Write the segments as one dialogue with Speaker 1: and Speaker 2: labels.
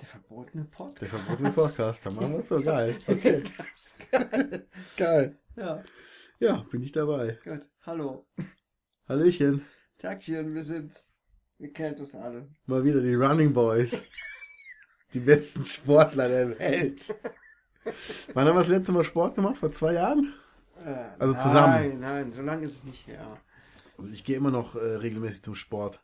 Speaker 1: Der verbotene Podcast.
Speaker 2: Der verbotene Podcast, dann machen wir es so. Geil. Okay,
Speaker 1: Das ist geil.
Speaker 2: geil.
Speaker 1: Ja,
Speaker 2: Ja, bin ich dabei.
Speaker 1: gut. Hallo.
Speaker 2: Hallöchen.
Speaker 1: Tagchen, wir sind's. Ihr kennt uns alle.
Speaker 2: Mal wieder die Running Boys. Die besten Sportler der Welt. Wann haben wir das letzte Mal Sport gemacht? Vor zwei Jahren?
Speaker 1: Äh,
Speaker 2: Also
Speaker 1: Nein,
Speaker 2: zusammen.
Speaker 1: nein, so lange ist es nicht her.
Speaker 2: Also ich gehe immer noch äh, regelmäßig zum Sport.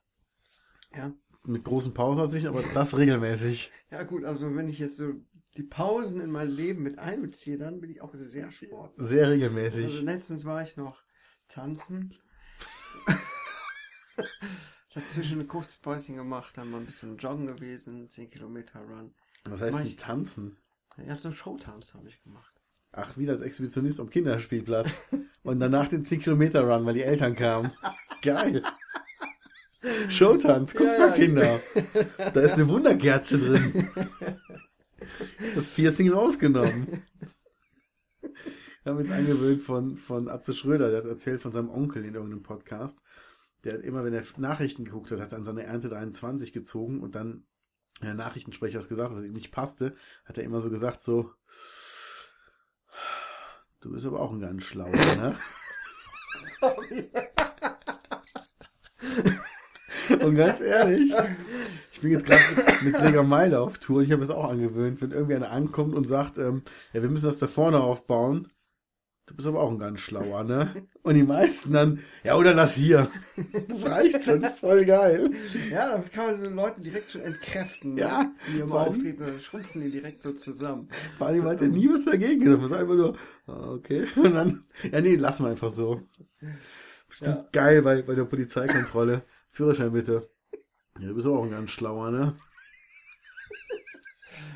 Speaker 1: Ja.
Speaker 2: Mit großen Pausen natürlich, aber das regelmäßig.
Speaker 1: Ja gut, also wenn ich jetzt so die Pausen in mein Leben mit einbeziehe, dann bin ich auch sehr sportlich.
Speaker 2: Sehr
Speaker 1: Also
Speaker 2: regelmäßig.
Speaker 1: letztens war ich noch tanzen. Dazwischen ein kurzes Päuschen gemacht, dann mal ein bisschen joggen gewesen, 10 Kilometer Run.
Speaker 2: Was heißt
Speaker 1: Also mach
Speaker 2: denn
Speaker 1: ich-
Speaker 2: tanzen?
Speaker 1: Ja, so einen Showtanz habe ich gemacht.
Speaker 2: Ach, wieder als Exhibitionist am Kinderspielplatz. Und danach den 10-Kilometer-Run, weil die Eltern kamen. Geil. Showtanz, guck
Speaker 1: Ja,
Speaker 2: mal,
Speaker 1: ja.
Speaker 2: Kinder. Da ist eine Wunderkerze drin. Das Piercing rausgenommen. Wir haben jetzt angewöhnt von, von Atze Schröder, der hat erzählt von seinem Onkel in irgendeinem Podcast. Der hat immer, wenn er Nachrichten geguckt hat, hat er an seine Ernte 23 gezogen und dann, wenn der Nachrichtensprecher was gesagt hat, was ihm nicht passte, hat er immer so gesagt, so, du bist aber auch ein ganz schlauer, ne?
Speaker 1: Sorry.
Speaker 2: Und ganz ehrlich, ich bin jetzt gerade mit Gregor Meiler auf Tour und ich habe es auch angewöhnt, wenn irgendwie einer ankommt und sagt, ähm, ja, wir müssen das da vorne aufbauen. Du bist aber auch ein ganz schlauer, ne? Und die meisten dann, ja, oder lass hier. Das reicht schon, das ist voll geil.
Speaker 1: Ja, damit kann man so Leute direkt schon entkräften. ne?
Speaker 2: Ja,
Speaker 1: Die im
Speaker 2: vor allem-
Speaker 1: Auftreten dann schrumpfen die direkt so zusammen.
Speaker 2: Vor allem hat er nie was dagegen gesagt. Man sagt einfach nur, ah, okay. Und dann, ja, nee, lassen wir einfach so. Bestimmt
Speaker 1: Ja.
Speaker 2: geil bei, bei der Polizeikontrolle. Führerschein bitte. Ja, du bist aber auch ein ganz schlauer, ne?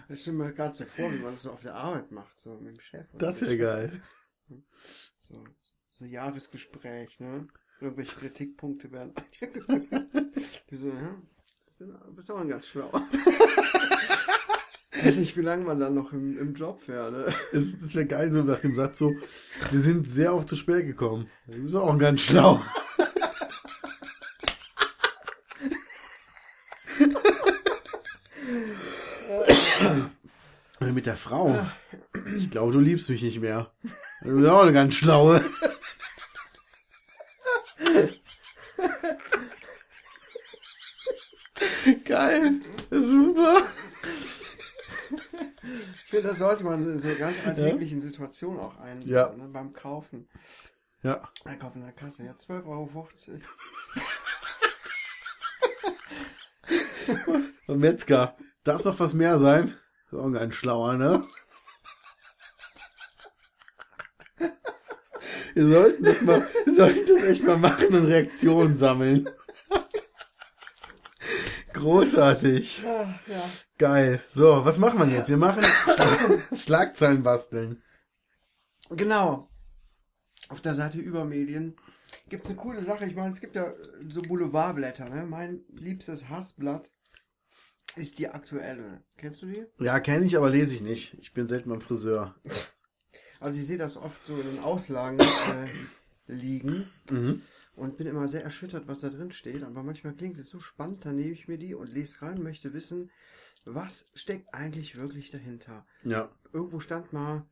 Speaker 1: Ich stelle mir gerade so vor, wie man das so auf der Arbeit macht, so mit dem Chef. oder
Speaker 2: Das
Speaker 1: mit
Speaker 2: ist ja
Speaker 1: der
Speaker 2: geil.
Speaker 1: Chefin. So, so Jahresgespräch, ne? Irgendwelche Kritikpunkte werden. die so, ja, bist du- bist aber ein ganz schlauer. Ich weiß nicht, wie lange man dann noch im, im Job wäre, ne?
Speaker 2: Es, das wäre geil, so nach dem Satz so, sie sind sehr oft zu spät gekommen. Du bist auch ganz schlau. Und mit der Frau. Ich glaube, du liebst mich nicht mehr. Du bist auch eine ganz schlaue. Geil. Super.
Speaker 1: Ich finde, das sollte man in so ganz alltäglichen Situationen auch einbauen,
Speaker 2: Ja.
Speaker 1: ne? beim Kaufen.
Speaker 2: Ja.
Speaker 1: Einkauf in der Kasse, ja, 12,50 Euro.
Speaker 2: Und Metzger, darf noch was mehr sein? Ist auch ein schlauer, ne? Wir sollten das mal, wir sollten das echt mal machen und Reaktionen sammeln. Großartig.
Speaker 1: Ja, ja.
Speaker 2: Geil. So, was machen wir jetzt? Wir machen Schlag Schlagzeilen basteln.
Speaker 1: Genau. Auf der Seite Übermedien gibt's eine coole Sache. Ich meine, es gibt ja äh, so Boulevardblätter. Ne? Mein liebstes Hassblatt ist die aktuelle. Kennst du die?
Speaker 2: Ja, kenne ich, aber lese ich nicht. Ich bin selten beim Friseur.
Speaker 1: Also ich sehe das oft so in den Auslagen äh, liegen und bin immer sehr erschüttert, was da drin steht. Aber manchmal klingt es so spannend, dann nehme ich mir die und lese rein, möchte wissen, was steckt eigentlich wirklich dahinter.
Speaker 2: Ja.
Speaker 1: irgendwo stand mal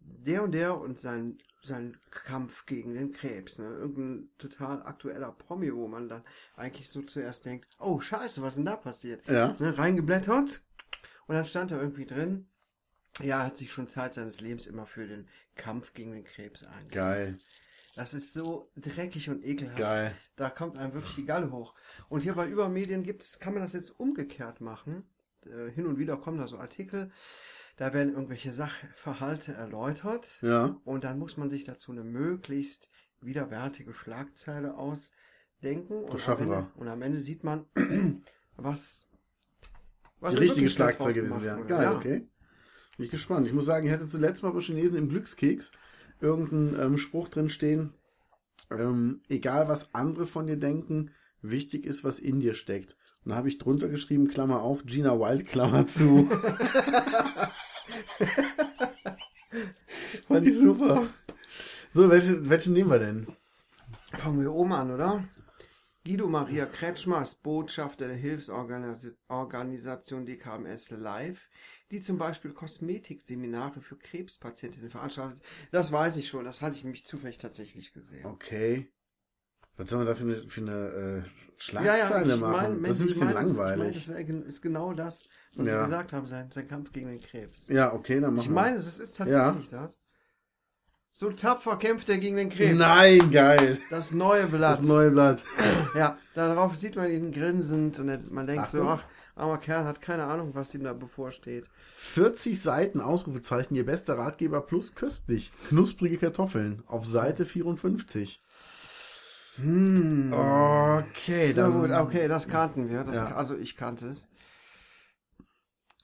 Speaker 1: der und der und sein, sein Kampf gegen den Krebs. Ne? Irgendein total aktueller Promi, wo man dann eigentlich so zuerst denkt, oh scheiße, was ist denn da passiert?
Speaker 2: Ja.
Speaker 1: Ne? Reingeblättert und dann stand da irgendwie drin, ja, er hat sich schon Zeit seines Lebens immer für den Kampf gegen den Krebs eingesetzt.
Speaker 2: Geil.
Speaker 1: Das ist so dreckig und ekelhaft.
Speaker 2: Geil.
Speaker 1: Da kommt einem wirklich die Galle hoch. Und hier bei Übermedien gibt's, kann man das jetzt umgekehrt machen. Äh, hin und wieder kommen da so Artikel, da werden irgendwelche Sachverhalte erläutert.
Speaker 2: Ja.
Speaker 1: Und dann muss man sich dazu eine möglichst widerwärtige Schlagzeile ausdenken. Und,
Speaker 2: Das schaffen
Speaker 1: am Ende,
Speaker 2: wir.
Speaker 1: und am Ende sieht man, was, was
Speaker 2: Die
Speaker 1: in
Speaker 2: richtige
Speaker 1: Wirklichkeit
Speaker 2: Schlagzeile
Speaker 1: draus
Speaker 2: gewesen
Speaker 1: gemacht
Speaker 2: wäre.
Speaker 1: wurde.
Speaker 2: Geil, okay. Bin ich gespannt. Ich muss sagen, ich hatte zuletzt mal bei Chinesen im Glückskeks irgendeinen ähm, Spruch drin stehen. Ähm, egal, was andere von dir denken, wichtig ist, was in dir steckt. Und da habe ich drunter geschrieben, Klammer auf, Gina Wild, Klammer zu. Fand ich super. So, welche, welche nehmen wir denn?
Speaker 1: Fangen wir oben an, oder? Guido Maria Kretschmers Botschafter der Hilfsorganisation DKMS Live, die zum Beispiel Kosmetikseminare für Krebspatientinnen veranstaltet. Das weiß ich schon, das hatte ich nämlich zufällig tatsächlich gesehen.
Speaker 2: Okay. Was soll man da für eine, für eine äh, Schlagzeile machen? das ist
Speaker 1: ich
Speaker 2: ein bisschen
Speaker 1: das-
Speaker 2: langweilig.
Speaker 1: Ich meine, das wär- ist genau das, was
Speaker 2: Ja.
Speaker 1: Sie gesagt haben, sein, sein Kampf gegen den Krebs.
Speaker 2: ja, okay, dann machen
Speaker 1: Ich meine, es ist tatsächlich das. So tapfer kämpft er gegen den
Speaker 2: wir.
Speaker 1: Krebs.
Speaker 2: Nein, geil.
Speaker 1: Das neue Blatt.
Speaker 2: Das neue Blatt.
Speaker 1: Ja, darauf sieht man ihn grinsend und er- man denkt so, ach,
Speaker 2: Achtung.
Speaker 1: armer Kerl hat keine Ahnung, was ihm da bevorsteht.
Speaker 2: 40 Seiten Ausrufezeichen, ihr bester Ratgeber plus köstlich. Knusprige Kartoffeln auf Seite 54.
Speaker 1: Hm.
Speaker 2: Okay,
Speaker 1: so gut, okay, das kannten wir. Das,
Speaker 2: Ja.
Speaker 1: ka- Also ich kannte es.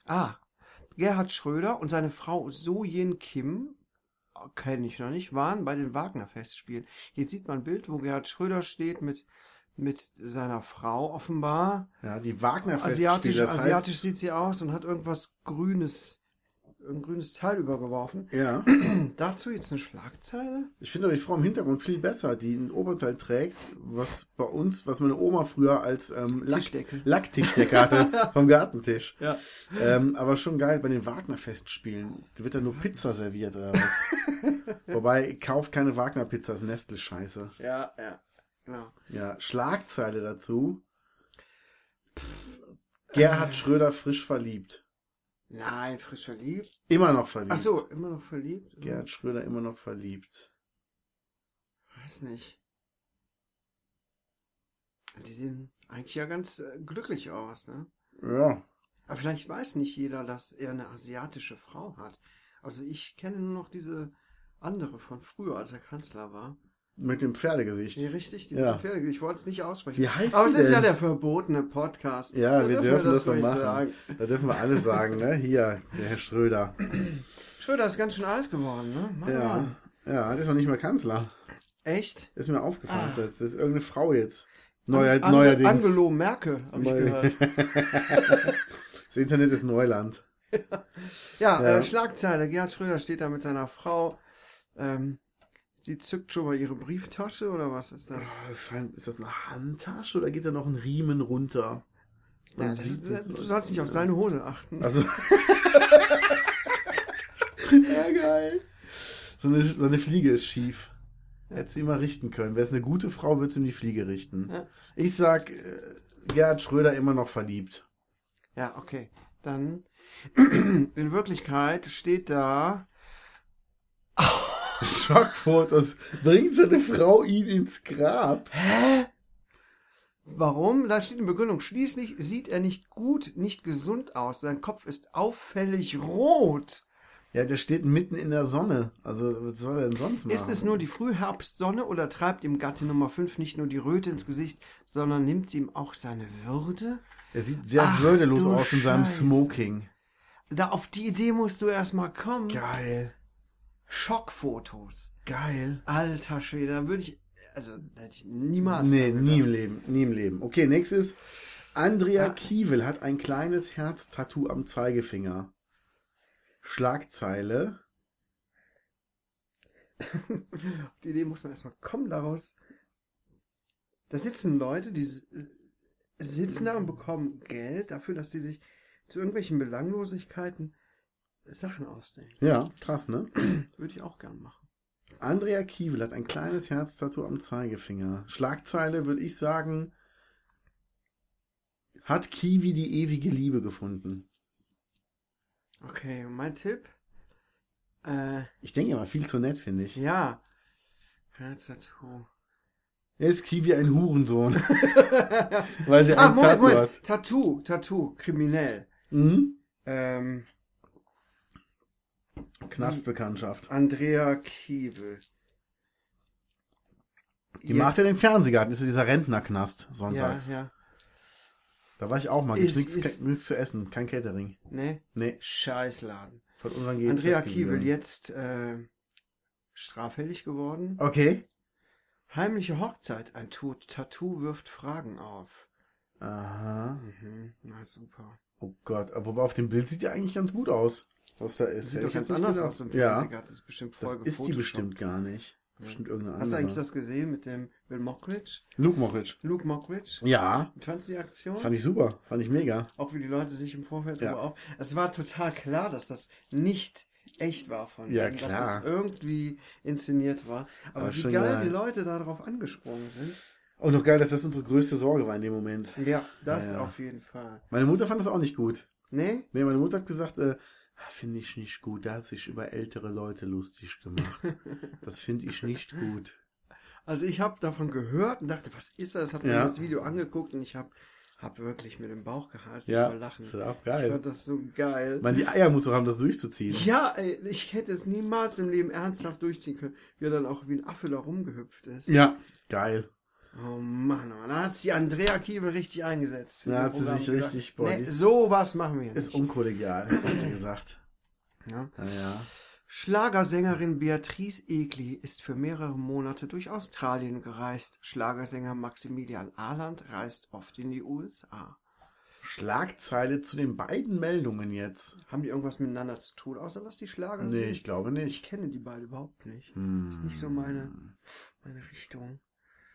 Speaker 1: Ah, Gerhard Schröder und seine Frau Sojin Kim, kenne ich noch nicht, waren bei den Wagner-Festspielen. Jetzt sieht man ein Bild, wo Gerhard Schröder steht mit, mit seiner Frau offenbar.
Speaker 2: Ja, die wagner
Speaker 1: Asiatisch,
Speaker 2: das
Speaker 1: asiatisch
Speaker 2: heißt,
Speaker 1: sieht sie aus und hat irgendwas Grünes, ein grünes Teil übergeworfen.
Speaker 2: Ja,
Speaker 1: Dazu jetzt eine Schlagzeile?
Speaker 2: ich finde aber die Frau im Hintergrund viel besser, die ein Oberteil trägt, was bei uns, was meine Oma früher als ähm, Lack-
Speaker 1: Tischdecke.
Speaker 2: Lacktischdecke hatte vom Gartentisch.
Speaker 1: Ja.
Speaker 2: Ähm, aber schon geil, bei den Wagner-Festspielen da wird da nur Pizza serviert oder was. Wobei, kauft keine Wagner-Pizza, ist Nestle-Scheiße.
Speaker 1: Ja, ja. Genau.
Speaker 2: Ja, Schlagzeile dazu. Gerhard Schröder frisch verliebt.
Speaker 1: Nein, frisch verliebt.
Speaker 2: Immer noch verliebt.
Speaker 1: Ach so, immer noch verliebt?
Speaker 2: Gerhard Schröder immer noch verliebt.
Speaker 1: Weiß nicht. Die sehen eigentlich ja ganz äh, glücklich aus, ne?
Speaker 2: Ja.
Speaker 1: Aber vielleicht weiß nicht jeder, dass er eine asiatische Frau hat. Also ich kenne nur noch diese andere von früher, als er Kanzler war.
Speaker 2: Mit dem Pferdegesicht.
Speaker 1: Nee, richtig, die
Speaker 2: Ja.
Speaker 1: mit dem Pferd. Ich wollte es nicht aussprechen.
Speaker 2: Wie heißt
Speaker 1: Aber
Speaker 2: die
Speaker 1: es ist
Speaker 2: denn?
Speaker 1: ja der verbotene Podcast.
Speaker 2: Ja,
Speaker 1: Da
Speaker 2: wir dürfen das so
Speaker 1: ruhig
Speaker 2: machen. Da dürfen wir alle sagen, ne? Hier, der Herr Schröder.
Speaker 1: Schröder ist ganz schön alt geworden, ne?
Speaker 2: Ah.
Speaker 1: Mann.
Speaker 2: Ja. Ja, der ist noch nicht mal Kanzler.
Speaker 1: Echt?
Speaker 2: Ist mir aufgefallen.
Speaker 1: Ah.
Speaker 2: Das ist irgendeine Frau jetzt. Neuer,
Speaker 1: Ange-
Speaker 2: neuerdings.
Speaker 1: Angelo Merkel, habe ich
Speaker 2: Neu-
Speaker 1: gehört.
Speaker 2: Das Internet ist Neuland.
Speaker 1: Ja,
Speaker 2: Ja.
Speaker 1: Äh, Schlagzeile. Gerhard Schröder steht da mit seiner Frau. Ähm, sie zückt schon mal ihre Brieftasche oder was ist das?
Speaker 2: Oh, scheint- Ist das eine Handtasche oder geht da noch ein Riemen runter? Man
Speaker 1: Ja, das
Speaker 2: sieht es
Speaker 1: ist,
Speaker 2: so.
Speaker 1: du sollst nicht auf seine Hose achten.
Speaker 2: Also. ja, geil. So eine, so eine Fliege ist schief. Hätte sie mal richten können. Wäre es eine gute Frau, würde sie ihm die Fliege richten.
Speaker 1: Ja.
Speaker 2: Ich sag, äh, Gerhard Schröder immer noch verliebt.
Speaker 1: Ja, okay. Dann in Wirklichkeit steht da.
Speaker 2: Schockfotos. Bringt seine Frau ihn ins Grab?
Speaker 1: Warum? Da steht in Begründung. Schließlich sieht er nicht gut, nicht gesund aus. Sein Kopf ist auffällig rot.
Speaker 2: Ja, der steht mitten in der Sonne. Also, was soll er denn sonst machen?
Speaker 1: Ist es nur die Frühherbstsonne oder treibt ihm Gatte Nummer 5 nicht nur die Röte ins Gesicht, sondern nimmt sie ihm auch seine Würde?
Speaker 2: er sieht sehr
Speaker 1: Ach,
Speaker 2: würdelos
Speaker 1: du
Speaker 2: aus in seinem
Speaker 1: Scheiße.
Speaker 2: Smoking.
Speaker 1: Da auf die Idee musst du erstmal kommen.
Speaker 2: Geil.
Speaker 1: Schockfotos.
Speaker 2: Geil.
Speaker 1: Alter Schwede, da würde ich. Also, da hätte ich niemals.
Speaker 2: Nee,
Speaker 1: dran
Speaker 2: nie im
Speaker 1: gedacht.
Speaker 2: Leben. Nie im Leben. Okay, nächstes. Andrea Kiewel hat ein kleines Herztattoo am Zeigefinger. Schlagzeile.
Speaker 1: Auf die Idee muss man erstmal kommen daraus. Da sitzen Leute, die s- äh, sitzen da und bekommen Geld dafür, dass die sich zu irgendwelchen Belanglosigkeiten Sachen ausdenken.
Speaker 2: Ja, krass, ne?
Speaker 1: Würde ich auch gern machen.
Speaker 2: Andrea Kiewel hat ein kleines Herztattoo am Zeigefinger. Schlagzeile würde ich sagen, hat Kiwi die ewige Liebe gefunden.
Speaker 1: Okay, und mein Tipp? Äh,
Speaker 2: Ich denke immer viel zu nett, finde ich.
Speaker 1: ja. Herztattoo.
Speaker 2: Er ist Kiwi ein Hurensohn. weil sie ein
Speaker 1: Ah, Moment,
Speaker 2: Tattoo
Speaker 1: Moment.
Speaker 2: hat.
Speaker 1: Tattoo, Tattoo, kriminell.
Speaker 2: Mhm.
Speaker 1: Ähm,
Speaker 2: Knastbekanntschaft.
Speaker 1: Andrea Kiebel.
Speaker 2: Die macht ja den Fernsehgarten, ist ja dieser Rentnerknast
Speaker 1: Ja,
Speaker 2: sonntags.
Speaker 1: ja.
Speaker 2: Da war ich auch mal. Gibt's
Speaker 1: Ist-
Speaker 2: nichts,
Speaker 1: ist-
Speaker 2: nichts zu essen, kein Catering.
Speaker 1: Ne?
Speaker 2: Nee,
Speaker 1: Scheißladen.
Speaker 2: von unseren GZ
Speaker 1: Andrea
Speaker 2: Gebühren.
Speaker 1: Kiebel, jetzt äh, straffällig geworden.
Speaker 2: Okay.
Speaker 1: Heimliche Hochzeit, ein Tod. Tattoo wirft Fragen auf.
Speaker 2: Aha.
Speaker 1: Mhm. Na super.
Speaker 2: Oh Gott, aber auf dem Bild sieht ja eigentlich ganz gut aus, was da ist.
Speaker 1: Sieht
Speaker 2: Hätte
Speaker 1: doch
Speaker 2: ich
Speaker 1: ganz
Speaker 2: jetzt nicht
Speaker 1: anders
Speaker 2: gedacht.
Speaker 1: aus im
Speaker 2: Ja,
Speaker 1: Fernsehgarten. Das ist bestimmt voll
Speaker 2: das ist die
Speaker 1: gefotoshoppt.
Speaker 2: bestimmt gar nicht. Bestimmt irgendeine
Speaker 1: Hast du eigentlich
Speaker 2: andere.
Speaker 1: das gesehen mit dem Bill Mockridge?
Speaker 2: Luke Mockridge.
Speaker 1: Luke Mockridge?
Speaker 2: Ja,
Speaker 1: Fandst du die Aktion?
Speaker 2: fand ich super. Fand ich mega.
Speaker 1: auch wie die Leute sich im Vorfeld
Speaker 2: Ja.
Speaker 1: darüber auf. Es war total klar, dass das nicht echt war von
Speaker 2: Ja,
Speaker 1: ihm, dass
Speaker 2: klar.
Speaker 1: das irgendwie inszeniert war. Aber
Speaker 2: Aber
Speaker 1: wie
Speaker 2: schon
Speaker 1: geil,
Speaker 2: geil.
Speaker 1: die Leute darauf angesprungen sind.
Speaker 2: Und noch geil, dass das unsere größte Sorge war in dem Moment.
Speaker 1: Ja, das
Speaker 2: Ja, ja.
Speaker 1: auf jeden Fall.
Speaker 2: Meine Mutter fand das auch nicht gut.
Speaker 1: Nee?
Speaker 2: Nee, meine Mutter hat gesagt, äh, "Ah, finde ich nicht gut. Da hat sich über ältere Leute lustig gemacht. Das finde ich nicht gut.
Speaker 1: Also ich habe davon gehört und dachte, was ist das? Habe mir
Speaker 2: Ja.
Speaker 1: das Video angeguckt und ich habe hab wirklich mit dem Bauch gehalten
Speaker 2: Ja,
Speaker 1: vor Lachen.
Speaker 2: das ist auch
Speaker 1: Ich
Speaker 2: geil.
Speaker 1: fand das so geil.
Speaker 2: Ich meine, die Eier muss doch haben, das durchzuziehen.
Speaker 1: Ja, ey, ich hätte es niemals im Leben ernsthaft durchziehen können, wie er dann auch wie ein Affe da rumgehüpft ist.
Speaker 2: Ja. Geil.
Speaker 1: Oh Mann, Mann, da hat sie Andrea Kiebel richtig eingesetzt.
Speaker 2: Da
Speaker 1: Für
Speaker 2: hat
Speaker 1: die
Speaker 2: sie sich
Speaker 1: Programme
Speaker 2: richtig
Speaker 1: gedacht, nee,
Speaker 2: bodies-
Speaker 1: sowas Ne, machen wir
Speaker 2: Ist um-
Speaker 1: nicht.
Speaker 2: unkollegial, hat sie gesagt.
Speaker 1: ja.
Speaker 2: Naja.
Speaker 1: Schlagersängerin Beatrice Egli ist für mehrere Monate durch Australien gereist. Schlagersänger Maximilian Ahland reist oft in die USA.
Speaker 2: Schlagzeile zu den beiden Meldungen jetzt.
Speaker 1: Haben die irgendwas miteinander zu tun, außer dass die Schlager
Speaker 2: Nee,
Speaker 1: sind?
Speaker 2: ich glaube
Speaker 1: ich
Speaker 2: nicht.
Speaker 1: kenne die beide überhaupt nicht.
Speaker 2: Hm.
Speaker 1: Ist nicht so meine, meine Richtung.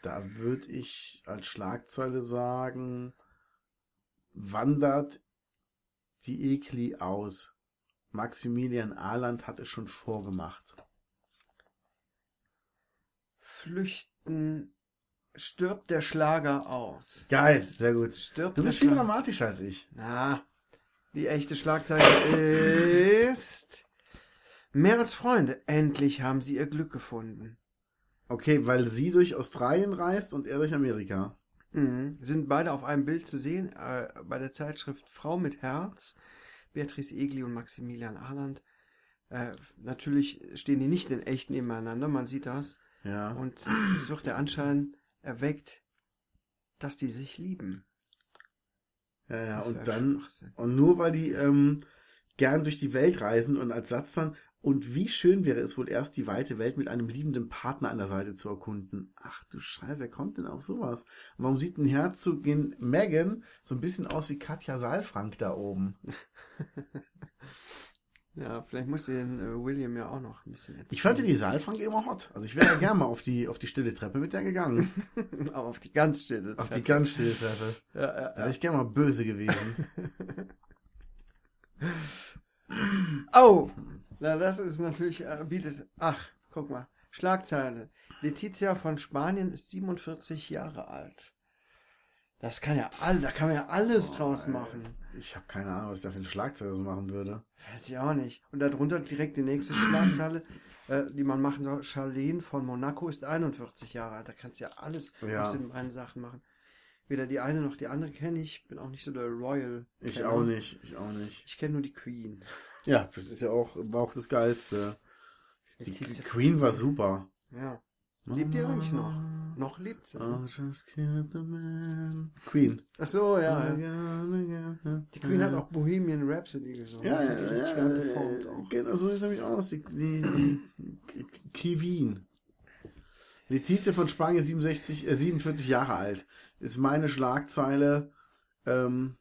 Speaker 2: Da würde ich als Schlagzeile sagen, wandert die Ekli aus. Maximilian Ahland hat es schon vorgemacht.
Speaker 1: Flüchten stirbt der Schlager aus.
Speaker 2: Geil, sehr gut.
Speaker 1: Stirbt
Speaker 2: Du
Speaker 1: der
Speaker 2: bist viel
Speaker 1: Schlager
Speaker 2: dramatischer als ich.
Speaker 1: Na, die echte Schlagzeile ist. Mehrers Freunde, endlich haben sie ihr Glück gefunden.
Speaker 2: Okay, weil sie durch Australien reist und er durch Amerika.
Speaker 1: Mhm. Sind beide auf einem Bild zu sehen, äh, bei der Zeitschrift Frau mit Herz, Beatrice Egli und Maximilian Ahland. Äh, natürlich stehen die nicht in echt nebeneinander, man sieht das.
Speaker 2: Ja.
Speaker 1: Und es wird der Anschein erweckt, dass die sich lieben.
Speaker 2: ja, ja.
Speaker 1: Was für ein
Speaker 2: Und dann,
Speaker 1: Schwachsinn.
Speaker 2: Und nur weil die ähm, gern durch die Welt reisen und als Satz dann, und wie schön wäre es wohl erst, die weite Welt mit einem liebenden Partner an der Seite zu erkunden. Ach du Scheiße, wer kommt denn auf sowas? Und warum sieht ein Herzogin Megan so ein bisschen aus wie Katja Saalfrank da oben?
Speaker 1: Ja, vielleicht muss den äh, William ja auch noch ein bisschen erzählen.
Speaker 2: Ich fand ja die Saalfrank immer hot. Also ich wäre ja gerne mal auf die, auf die stille Treppe mit der gegangen.
Speaker 1: Aber auf die ganz stille.
Speaker 2: Auf die ganz stille Treppe.
Speaker 1: ja, ja,
Speaker 2: Da wäre ich gerne mal böse gewesen.
Speaker 1: Oh! Na, das ist natürlich, äh, bietet, ach, guck mal. Schlagzeile. Letizia von Spanien ist 47 Jahre alt. Das kann ja all, da kann man ja alles
Speaker 2: Oh,
Speaker 1: draus machen.
Speaker 2: Ich habe keine Ahnung, was ich da für eine Schlagzeile so machen würde.
Speaker 1: Weiß ich auch nicht. Und darunter direkt die nächste Schlagzeile, äh, die man machen soll. Charlene von Monaco ist 41 Jahre alt. Da kannst du ja alles
Speaker 2: Ja.
Speaker 1: aus den beiden Sachen machen. Weder die eine noch die andere kenne ich. Bin auch nicht so der Royal.
Speaker 2: Ich
Speaker 1: Kenner.
Speaker 2: auch nicht. Ich auch nicht.
Speaker 1: Ich kenne nur die Queen.
Speaker 2: Ja, das ist ja auch, war auch das Geilste. Die
Speaker 1: Letizia-
Speaker 2: Queen war super.
Speaker 1: Ja. Lebt ihr eigentlich noch? Noch lebt sie.
Speaker 2: Ah, I just killed the man. Queen.
Speaker 1: Ach so, ja. ja. Die
Speaker 2: Die
Speaker 1: Queen hat auch Bohemian Rhapsody gesungen.
Speaker 2: Ja,
Speaker 1: Das
Speaker 2: ja,
Speaker 1: hat die richtig
Speaker 2: ja,
Speaker 1: geil
Speaker 2: ja,
Speaker 1: performt auch.
Speaker 2: genau, so sieht es nämlich aus. Die, die, die K- Kevin. Letizia von Spanien, 67, äh, 47 Jahre alt. Ist meine Schlagzeile. Ähm,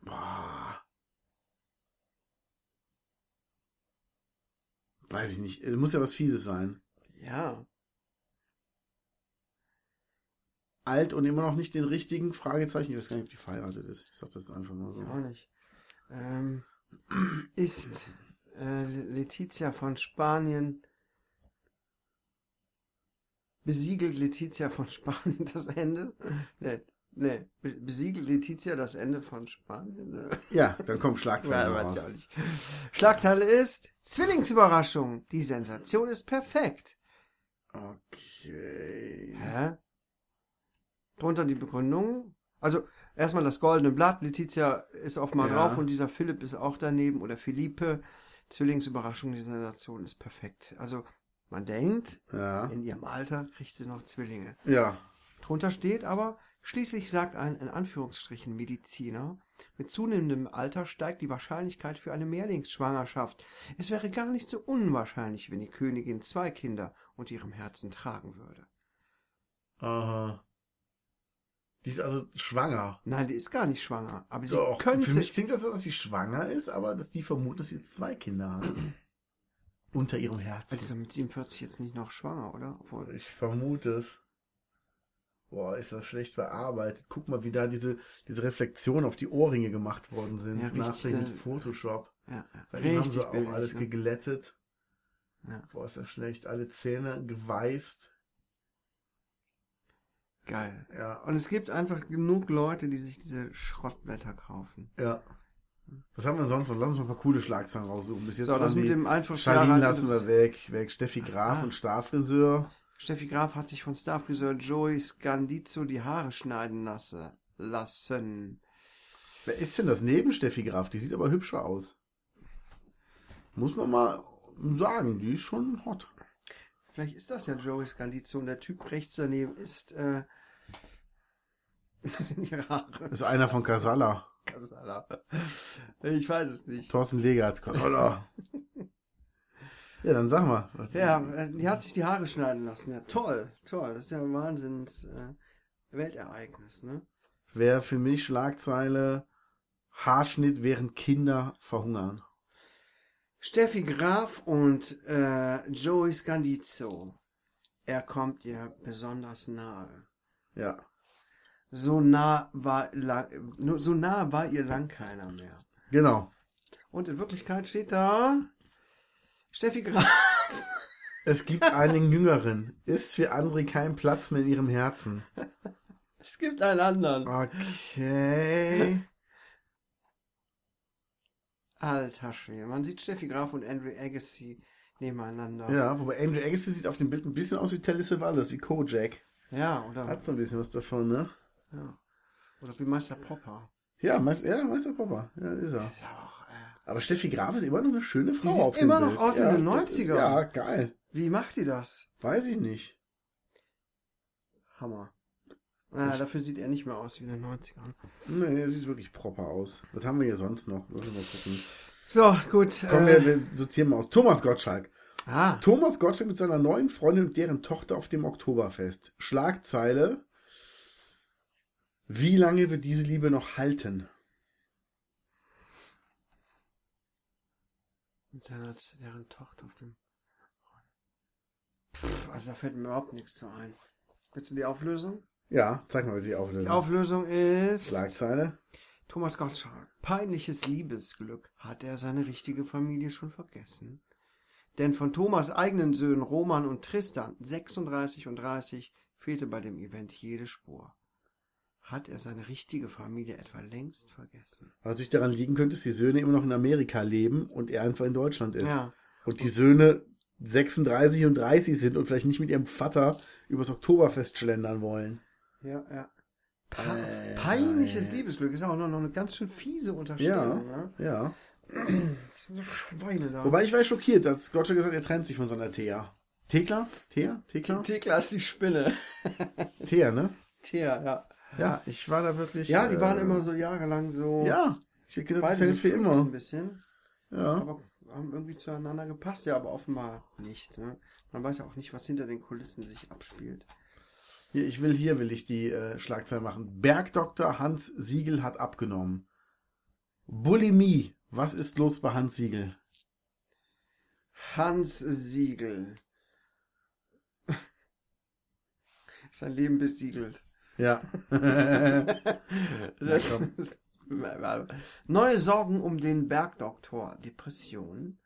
Speaker 2: boah. Weiß ich nicht. Es muss ja was Fieses sein.
Speaker 1: Ja.
Speaker 2: Alt und immer noch nicht den richtigen Fragezeichen. Ich weiß gar nicht, ob die verheiratet ist. Ich sag das jetzt einfach mal so.
Speaker 1: ich auch nicht. Ähm, ist äh, Letizia von Spanien besiegelt Letizia von Spanien das Ende? Nee, nee. Be besiegelt Letizia das Ende von Spanien? Nee.
Speaker 2: Ja, dann kommt Schlagzeile
Speaker 1: Ja, weiß
Speaker 2: raus.
Speaker 1: ich auch nicht. Schlagzeile ist Zwillingsüberraschung. Die Sensation ist perfekt.
Speaker 2: Okay.
Speaker 1: Hä? Drunter die Begründung. Also erstmal das goldene Blatt. Letizia ist oft mal
Speaker 2: Ja.
Speaker 1: drauf und dieser Philipp ist auch daneben oder Philippe. Zwillingsüberraschung, die Sensation ist perfekt. Also man denkt,
Speaker 2: Ja.
Speaker 1: in ihrem Alter kriegt sie noch Zwillinge.
Speaker 2: Ja.
Speaker 1: Drunter steht aber, schließlich sagt ein in Anführungsstrichen Mediziner, mit zunehmendem Alter steigt die Wahrscheinlichkeit für eine Mehrlingsschwangerschaft. Es wäre gar nicht so unwahrscheinlich, wenn die Königin zwei Kinder unter ihrem Herzen tragen würde.
Speaker 2: Aha. Die ist also schwanger.
Speaker 1: Nein, die ist gar nicht schwanger, aber sie
Speaker 2: Doch.
Speaker 1: könnte.
Speaker 2: Für mich klingt das so, dass sie schwanger ist, aber dass die vermuten, dass sie jetzt zwei Kinder hat. unter ihrem Herzen.
Speaker 1: Also die ist ja mit 47 jetzt nicht noch schwanger, oder? Obwohl,
Speaker 2: Also, Ich vermute es. Boah, ist das schlecht verarbeitet. Guck mal, wie da diese, diese Reflexionen auf die Ohrringe gemacht worden sind.
Speaker 1: Ja, richtig,
Speaker 2: Nachher mit
Speaker 1: da-
Speaker 2: Photoshop.
Speaker 1: ja, ja.
Speaker 2: Bei denen haben sie auch
Speaker 1: billig,
Speaker 2: alles
Speaker 1: ne?
Speaker 2: geglättet.
Speaker 1: Ja.
Speaker 2: Boah, ist das schlecht. Alle Zähne geweißt.
Speaker 1: Geil.
Speaker 2: Ja,
Speaker 1: Und es gibt einfach genug Leute, die sich diese Schrottblätter kaufen.
Speaker 2: ja. Was haben wir sonst noch? Lass uns mal ein paar coole Schlagzeilen raussuchen. Bis jetzt
Speaker 1: so, das
Speaker 2: waren
Speaker 1: mit
Speaker 2: die
Speaker 1: dem einfach
Speaker 2: Charlene
Speaker 1: Sarah-
Speaker 2: lassen wir weg. weg. Steffi Graf
Speaker 1: Ah.
Speaker 2: und Starfriseur.
Speaker 1: Steffi Graf hat sich von Starfriseur Joey Scandizzo die Haare schneiden lasse, lassen.
Speaker 2: Wer ist denn das neben Steffi Graf? Die sieht aber hübscher aus. Muss man mal sagen, die ist schon hot.
Speaker 1: Vielleicht ist das ja Joey Scandizzo und der Typ rechts daneben ist, äh, das sind ihre Haare.
Speaker 2: Ist einer von Casala.
Speaker 1: Kasala. Ich weiß es nicht.
Speaker 2: Thorsten Legert. Casala. ja, dann sag mal. Was
Speaker 1: Ja, äh, die hat sich die Haare schneiden lassen. Ja, toll, toll. Das ist ja ein Wahnsinns äh, Weltereignis, ne?
Speaker 2: Wäre für mich Schlagzeile Haarschnitt während Kinder verhungern.
Speaker 1: Steffi Graf und äh, Joey Scandizzo. Er kommt ihr besonders nahe.
Speaker 2: Ja.
Speaker 1: So nah war lang, nur so nah war ihr lang keiner mehr.
Speaker 2: Genau.
Speaker 1: Und in Wirklichkeit steht da Steffi Graf.
Speaker 2: Es gibt einen Jüngeren. Ist für André kein Platz mehr in ihrem Herzen.
Speaker 1: Es gibt einen anderen.
Speaker 2: Okay.
Speaker 1: Alter Schwede. Man sieht Steffi Graf und Andrew Agassi nebeneinander.
Speaker 2: Ja, wobei Andrew Agassi sieht auf dem Bild ein bisschen aus wie Telly Savalas, wie Kojak.
Speaker 1: Ja, oder,
Speaker 2: Hat so ein bisschen was davon, ne?
Speaker 1: ja. oder wie Meister Popper.
Speaker 2: Ja, Meister, ja, Meister Popper. Ja, ist er.
Speaker 1: Ist ja auch, äh,
Speaker 2: Aber Steffi Graf ist immer noch eine schöne Frau
Speaker 1: Die sieht
Speaker 2: auf dem
Speaker 1: immer noch
Speaker 2: Bild.
Speaker 1: aus wie
Speaker 2: ja,
Speaker 1: in den
Speaker 2: das Ist,
Speaker 1: 90ern.
Speaker 2: ja, geil.
Speaker 1: Wie macht die das?
Speaker 2: Weiß ich nicht.
Speaker 1: Hammer. Ah, dafür sieht er nicht mehr aus wie in den 90ern.
Speaker 2: Nee, sieht wirklich proper aus. Was haben wir hier sonst noch? Wollen wir mal gucken.
Speaker 1: So, gut.
Speaker 2: Kommen
Speaker 1: äh,
Speaker 2: wir, wir sortieren mal aus. Thomas Gottschalk.
Speaker 1: ah,
Speaker 2: Thomas Gottschalk mit seiner neuen Freundin und deren Tochter auf dem Oktoberfest. Schlagzeile. Wie lange wird diese Liebe noch halten?
Speaker 1: mit seiner, deren Tochter auf dem... Pff, also da fällt mir überhaupt nichts zu ein. Willst du die Auflösung?
Speaker 2: Ja, zeig mal bitte die Auflösung.
Speaker 1: Die Auflösung ist...
Speaker 2: Schlagzeile.
Speaker 1: Thomas Gottschalk. Peinliches Liebesglück hat er seine richtige Familie schon vergessen. Denn von Thomas eigenen Söhnen Roman und Tristan, 36 und 30, fehlte bei dem Event jede Spur. Hat er seine richtige Familie etwa längst vergessen?
Speaker 2: Was natürlich daran liegen könnte, dass die Söhne immer noch in Amerika leben und er einfach in Deutschland ist.
Speaker 1: ja,
Speaker 2: Und die Söhne 36 und 30 sind und vielleicht nicht mit ihrem Vater übers Oktoberfest schlendern wollen.
Speaker 1: ja, ja.
Speaker 2: Äh,
Speaker 1: Peinliches Liebesglück ist auch noch, noch eine ganz schön fiese Unterstellung. Ne?
Speaker 2: Ja.
Speaker 1: Das sind so Schweine da.
Speaker 2: Wobei ich war schockiert, dass Gottschalk gesagt hat, er trennt sich von seiner Thea. Thekla? Thea? Thekla?
Speaker 1: Thekla ist die Spinne.
Speaker 2: Thea, ne?
Speaker 1: Thea, ja.
Speaker 2: Ja, ich war da wirklich.
Speaker 1: Ja, die waren
Speaker 2: äh,
Speaker 1: immer so jahrelang so.
Speaker 2: Ja. Ich hätte gedacht, das
Speaker 1: beide so
Speaker 2: hält für
Speaker 1: Freaks ein
Speaker 2: immer.
Speaker 1: bisschen.
Speaker 2: Ja.
Speaker 1: aber haben irgendwie zueinander gepasst, ja, aber offenbar nicht. Ne? Man weiß ja auch nicht, was hinter den Kulissen sich abspielt.
Speaker 2: Hier, ich will hier, will ich die äh, Schlagzeile machen. Bergdoktor Hans Siegel hat abgenommen. Bulimie. Was ist los bei Hans Siegel?
Speaker 1: Hans Siegel. Sein Leben besiegelt.
Speaker 2: Ja. äh,
Speaker 1: Das ist- Neue Sorgen um den Bergdoktor. Depression.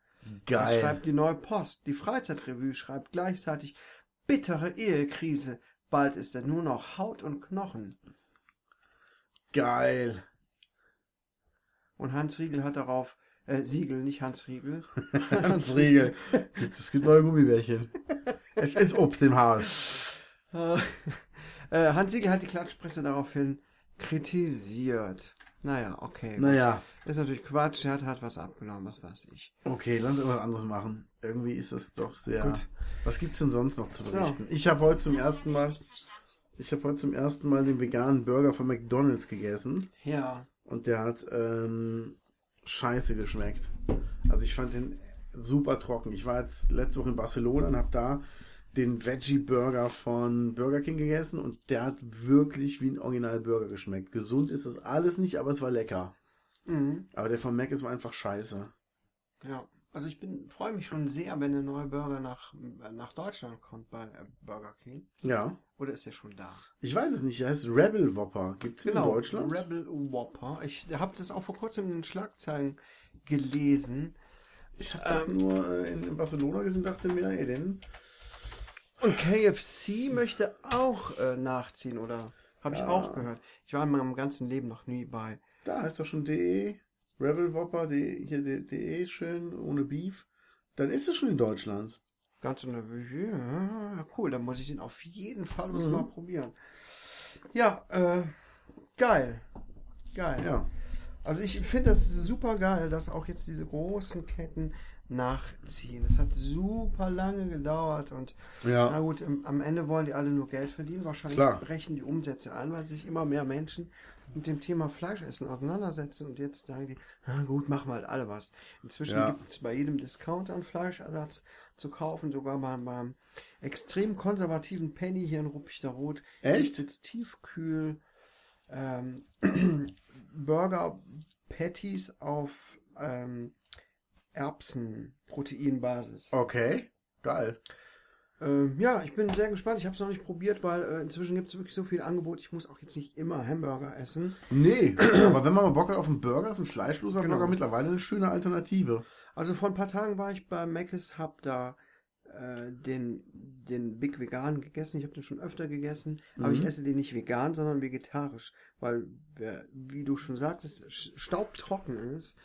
Speaker 1: Das
Speaker 2: Geil.
Speaker 1: schreibt die Neue Post. Die Freizeitrevue schreibt gleichzeitig bittere Ehekrise. Bald ist er nur noch Haut und Knochen.
Speaker 2: Geil.
Speaker 1: Und Hans Riegel hat darauf, äh, Siegel, nicht Hans Riegel.
Speaker 2: Hans Riegel. Gibt's- Es gibt neue Gummibärchen. Es ist Obst im Haus.
Speaker 1: Äh, äh, Hans Siegel hat die Klatschpresse daraufhin kritisiert. Naja, okay.
Speaker 2: Naja,
Speaker 1: Ist natürlich Quatsch, er hat, hat was abgenommen, was weiß ich.
Speaker 2: okay, lass uns irgendwas anderes machen. Irgendwie ist das doch sehr.
Speaker 1: Gut.
Speaker 2: Was gibt's denn sonst noch zu
Speaker 1: So.
Speaker 2: berichten? Ich habe heute zum ersten Mal, ich habe heute zum ersten Mal den veganen Burger von McDonald's gegessen
Speaker 1: Ja.
Speaker 2: und der hat ähm, Scheiße geschmeckt. Also ich fand den super trocken. Ich war jetzt letzte Woche in Barcelona und habe da den Veggie Burger von Burger King gegessen und der hat wirklich wie ein Original Burger geschmeckt. Gesund ist das alles nicht, aber es war lecker.
Speaker 1: Mhm.
Speaker 2: Aber der von Mac ist war einfach scheiße.
Speaker 1: Ja. Also ich bin, freue mich schon sehr, wenn der neue Burger nach, äh, nach Deutschland kommt bei äh, Burger King.
Speaker 2: Ja.
Speaker 1: Oder ist er schon da? Genau.
Speaker 2: Ich weiß es nicht. Er heißt Rebel Whopper. Gibt es in Deutschland?
Speaker 1: Rebel Whopper. Ich habe das auch vor kurzem in den Schlagzeilen gelesen
Speaker 2: ich habe das nur äh, in, in Barcelona gesehen, dachte mir, ey, denn.
Speaker 1: und KFC möchte auch äh, nachziehen, oder? Habe ich
Speaker 2: Ja.
Speaker 1: auch gehört. Ich war in meinem ganzen Leben noch nie bei.
Speaker 2: Da ist doch schon E, DE, Rebel Whopper, DE, E, hier DE, DE schön, ohne Beef. Dann ist es schon in Deutschland.
Speaker 1: Ganz unter ja, cool, dann muss ich den auf jeden Fall muss
Speaker 2: Mhm.
Speaker 1: mal probieren. Ja, äh, geil. Geil.
Speaker 2: Ja.
Speaker 1: Also ich finde das super geil, dass auch jetzt diese großen Ketten nachziehen. Es hat super lange gedauert und na
Speaker 2: Ja.
Speaker 1: gut, im, am Ende wollen die alle nur Geld verdienen. Wahrscheinlich
Speaker 2: Klar.
Speaker 1: brechen die Umsätze ein, weil sich immer mehr Menschen mit dem Thema Fleischessen auseinandersetzen und jetzt sagen die, na gut, machen wir halt alle was. Inzwischen
Speaker 2: Ja.
Speaker 1: gibt es bei jedem Discount an Fleischersatz zu kaufen, sogar beim, beim extrem konservativen Penny hier in Ruppichter Rot.
Speaker 2: Echt?
Speaker 1: Jetzt tiefkühl ähm, Burger Patties auf ähm, Erbsen, Proteinbasis.
Speaker 2: Okay. Geil.
Speaker 1: Ähm, ja, ich bin sehr gespannt. Ich habe es noch nicht probiert, weil äh, inzwischen gibt es wirklich so viel Angebot. Ich muss auch jetzt nicht immer Hamburger essen.
Speaker 2: Nee, aber wenn man mal Bock hat auf einen Burger, ist ein fleischloser
Speaker 1: Genau.
Speaker 2: Burger mittlerweile eine schöne Alternative.
Speaker 1: Also vor ein paar Tagen war ich bei Mc's, hab da äh, den, den Big Vegan gegessen. Ich habe den schon öfter gegessen, aber
Speaker 2: Mhm.
Speaker 1: ich esse den nicht vegan, sondern vegetarisch, weil, wer- wie du schon sagtest, sch- staubtrocken ist.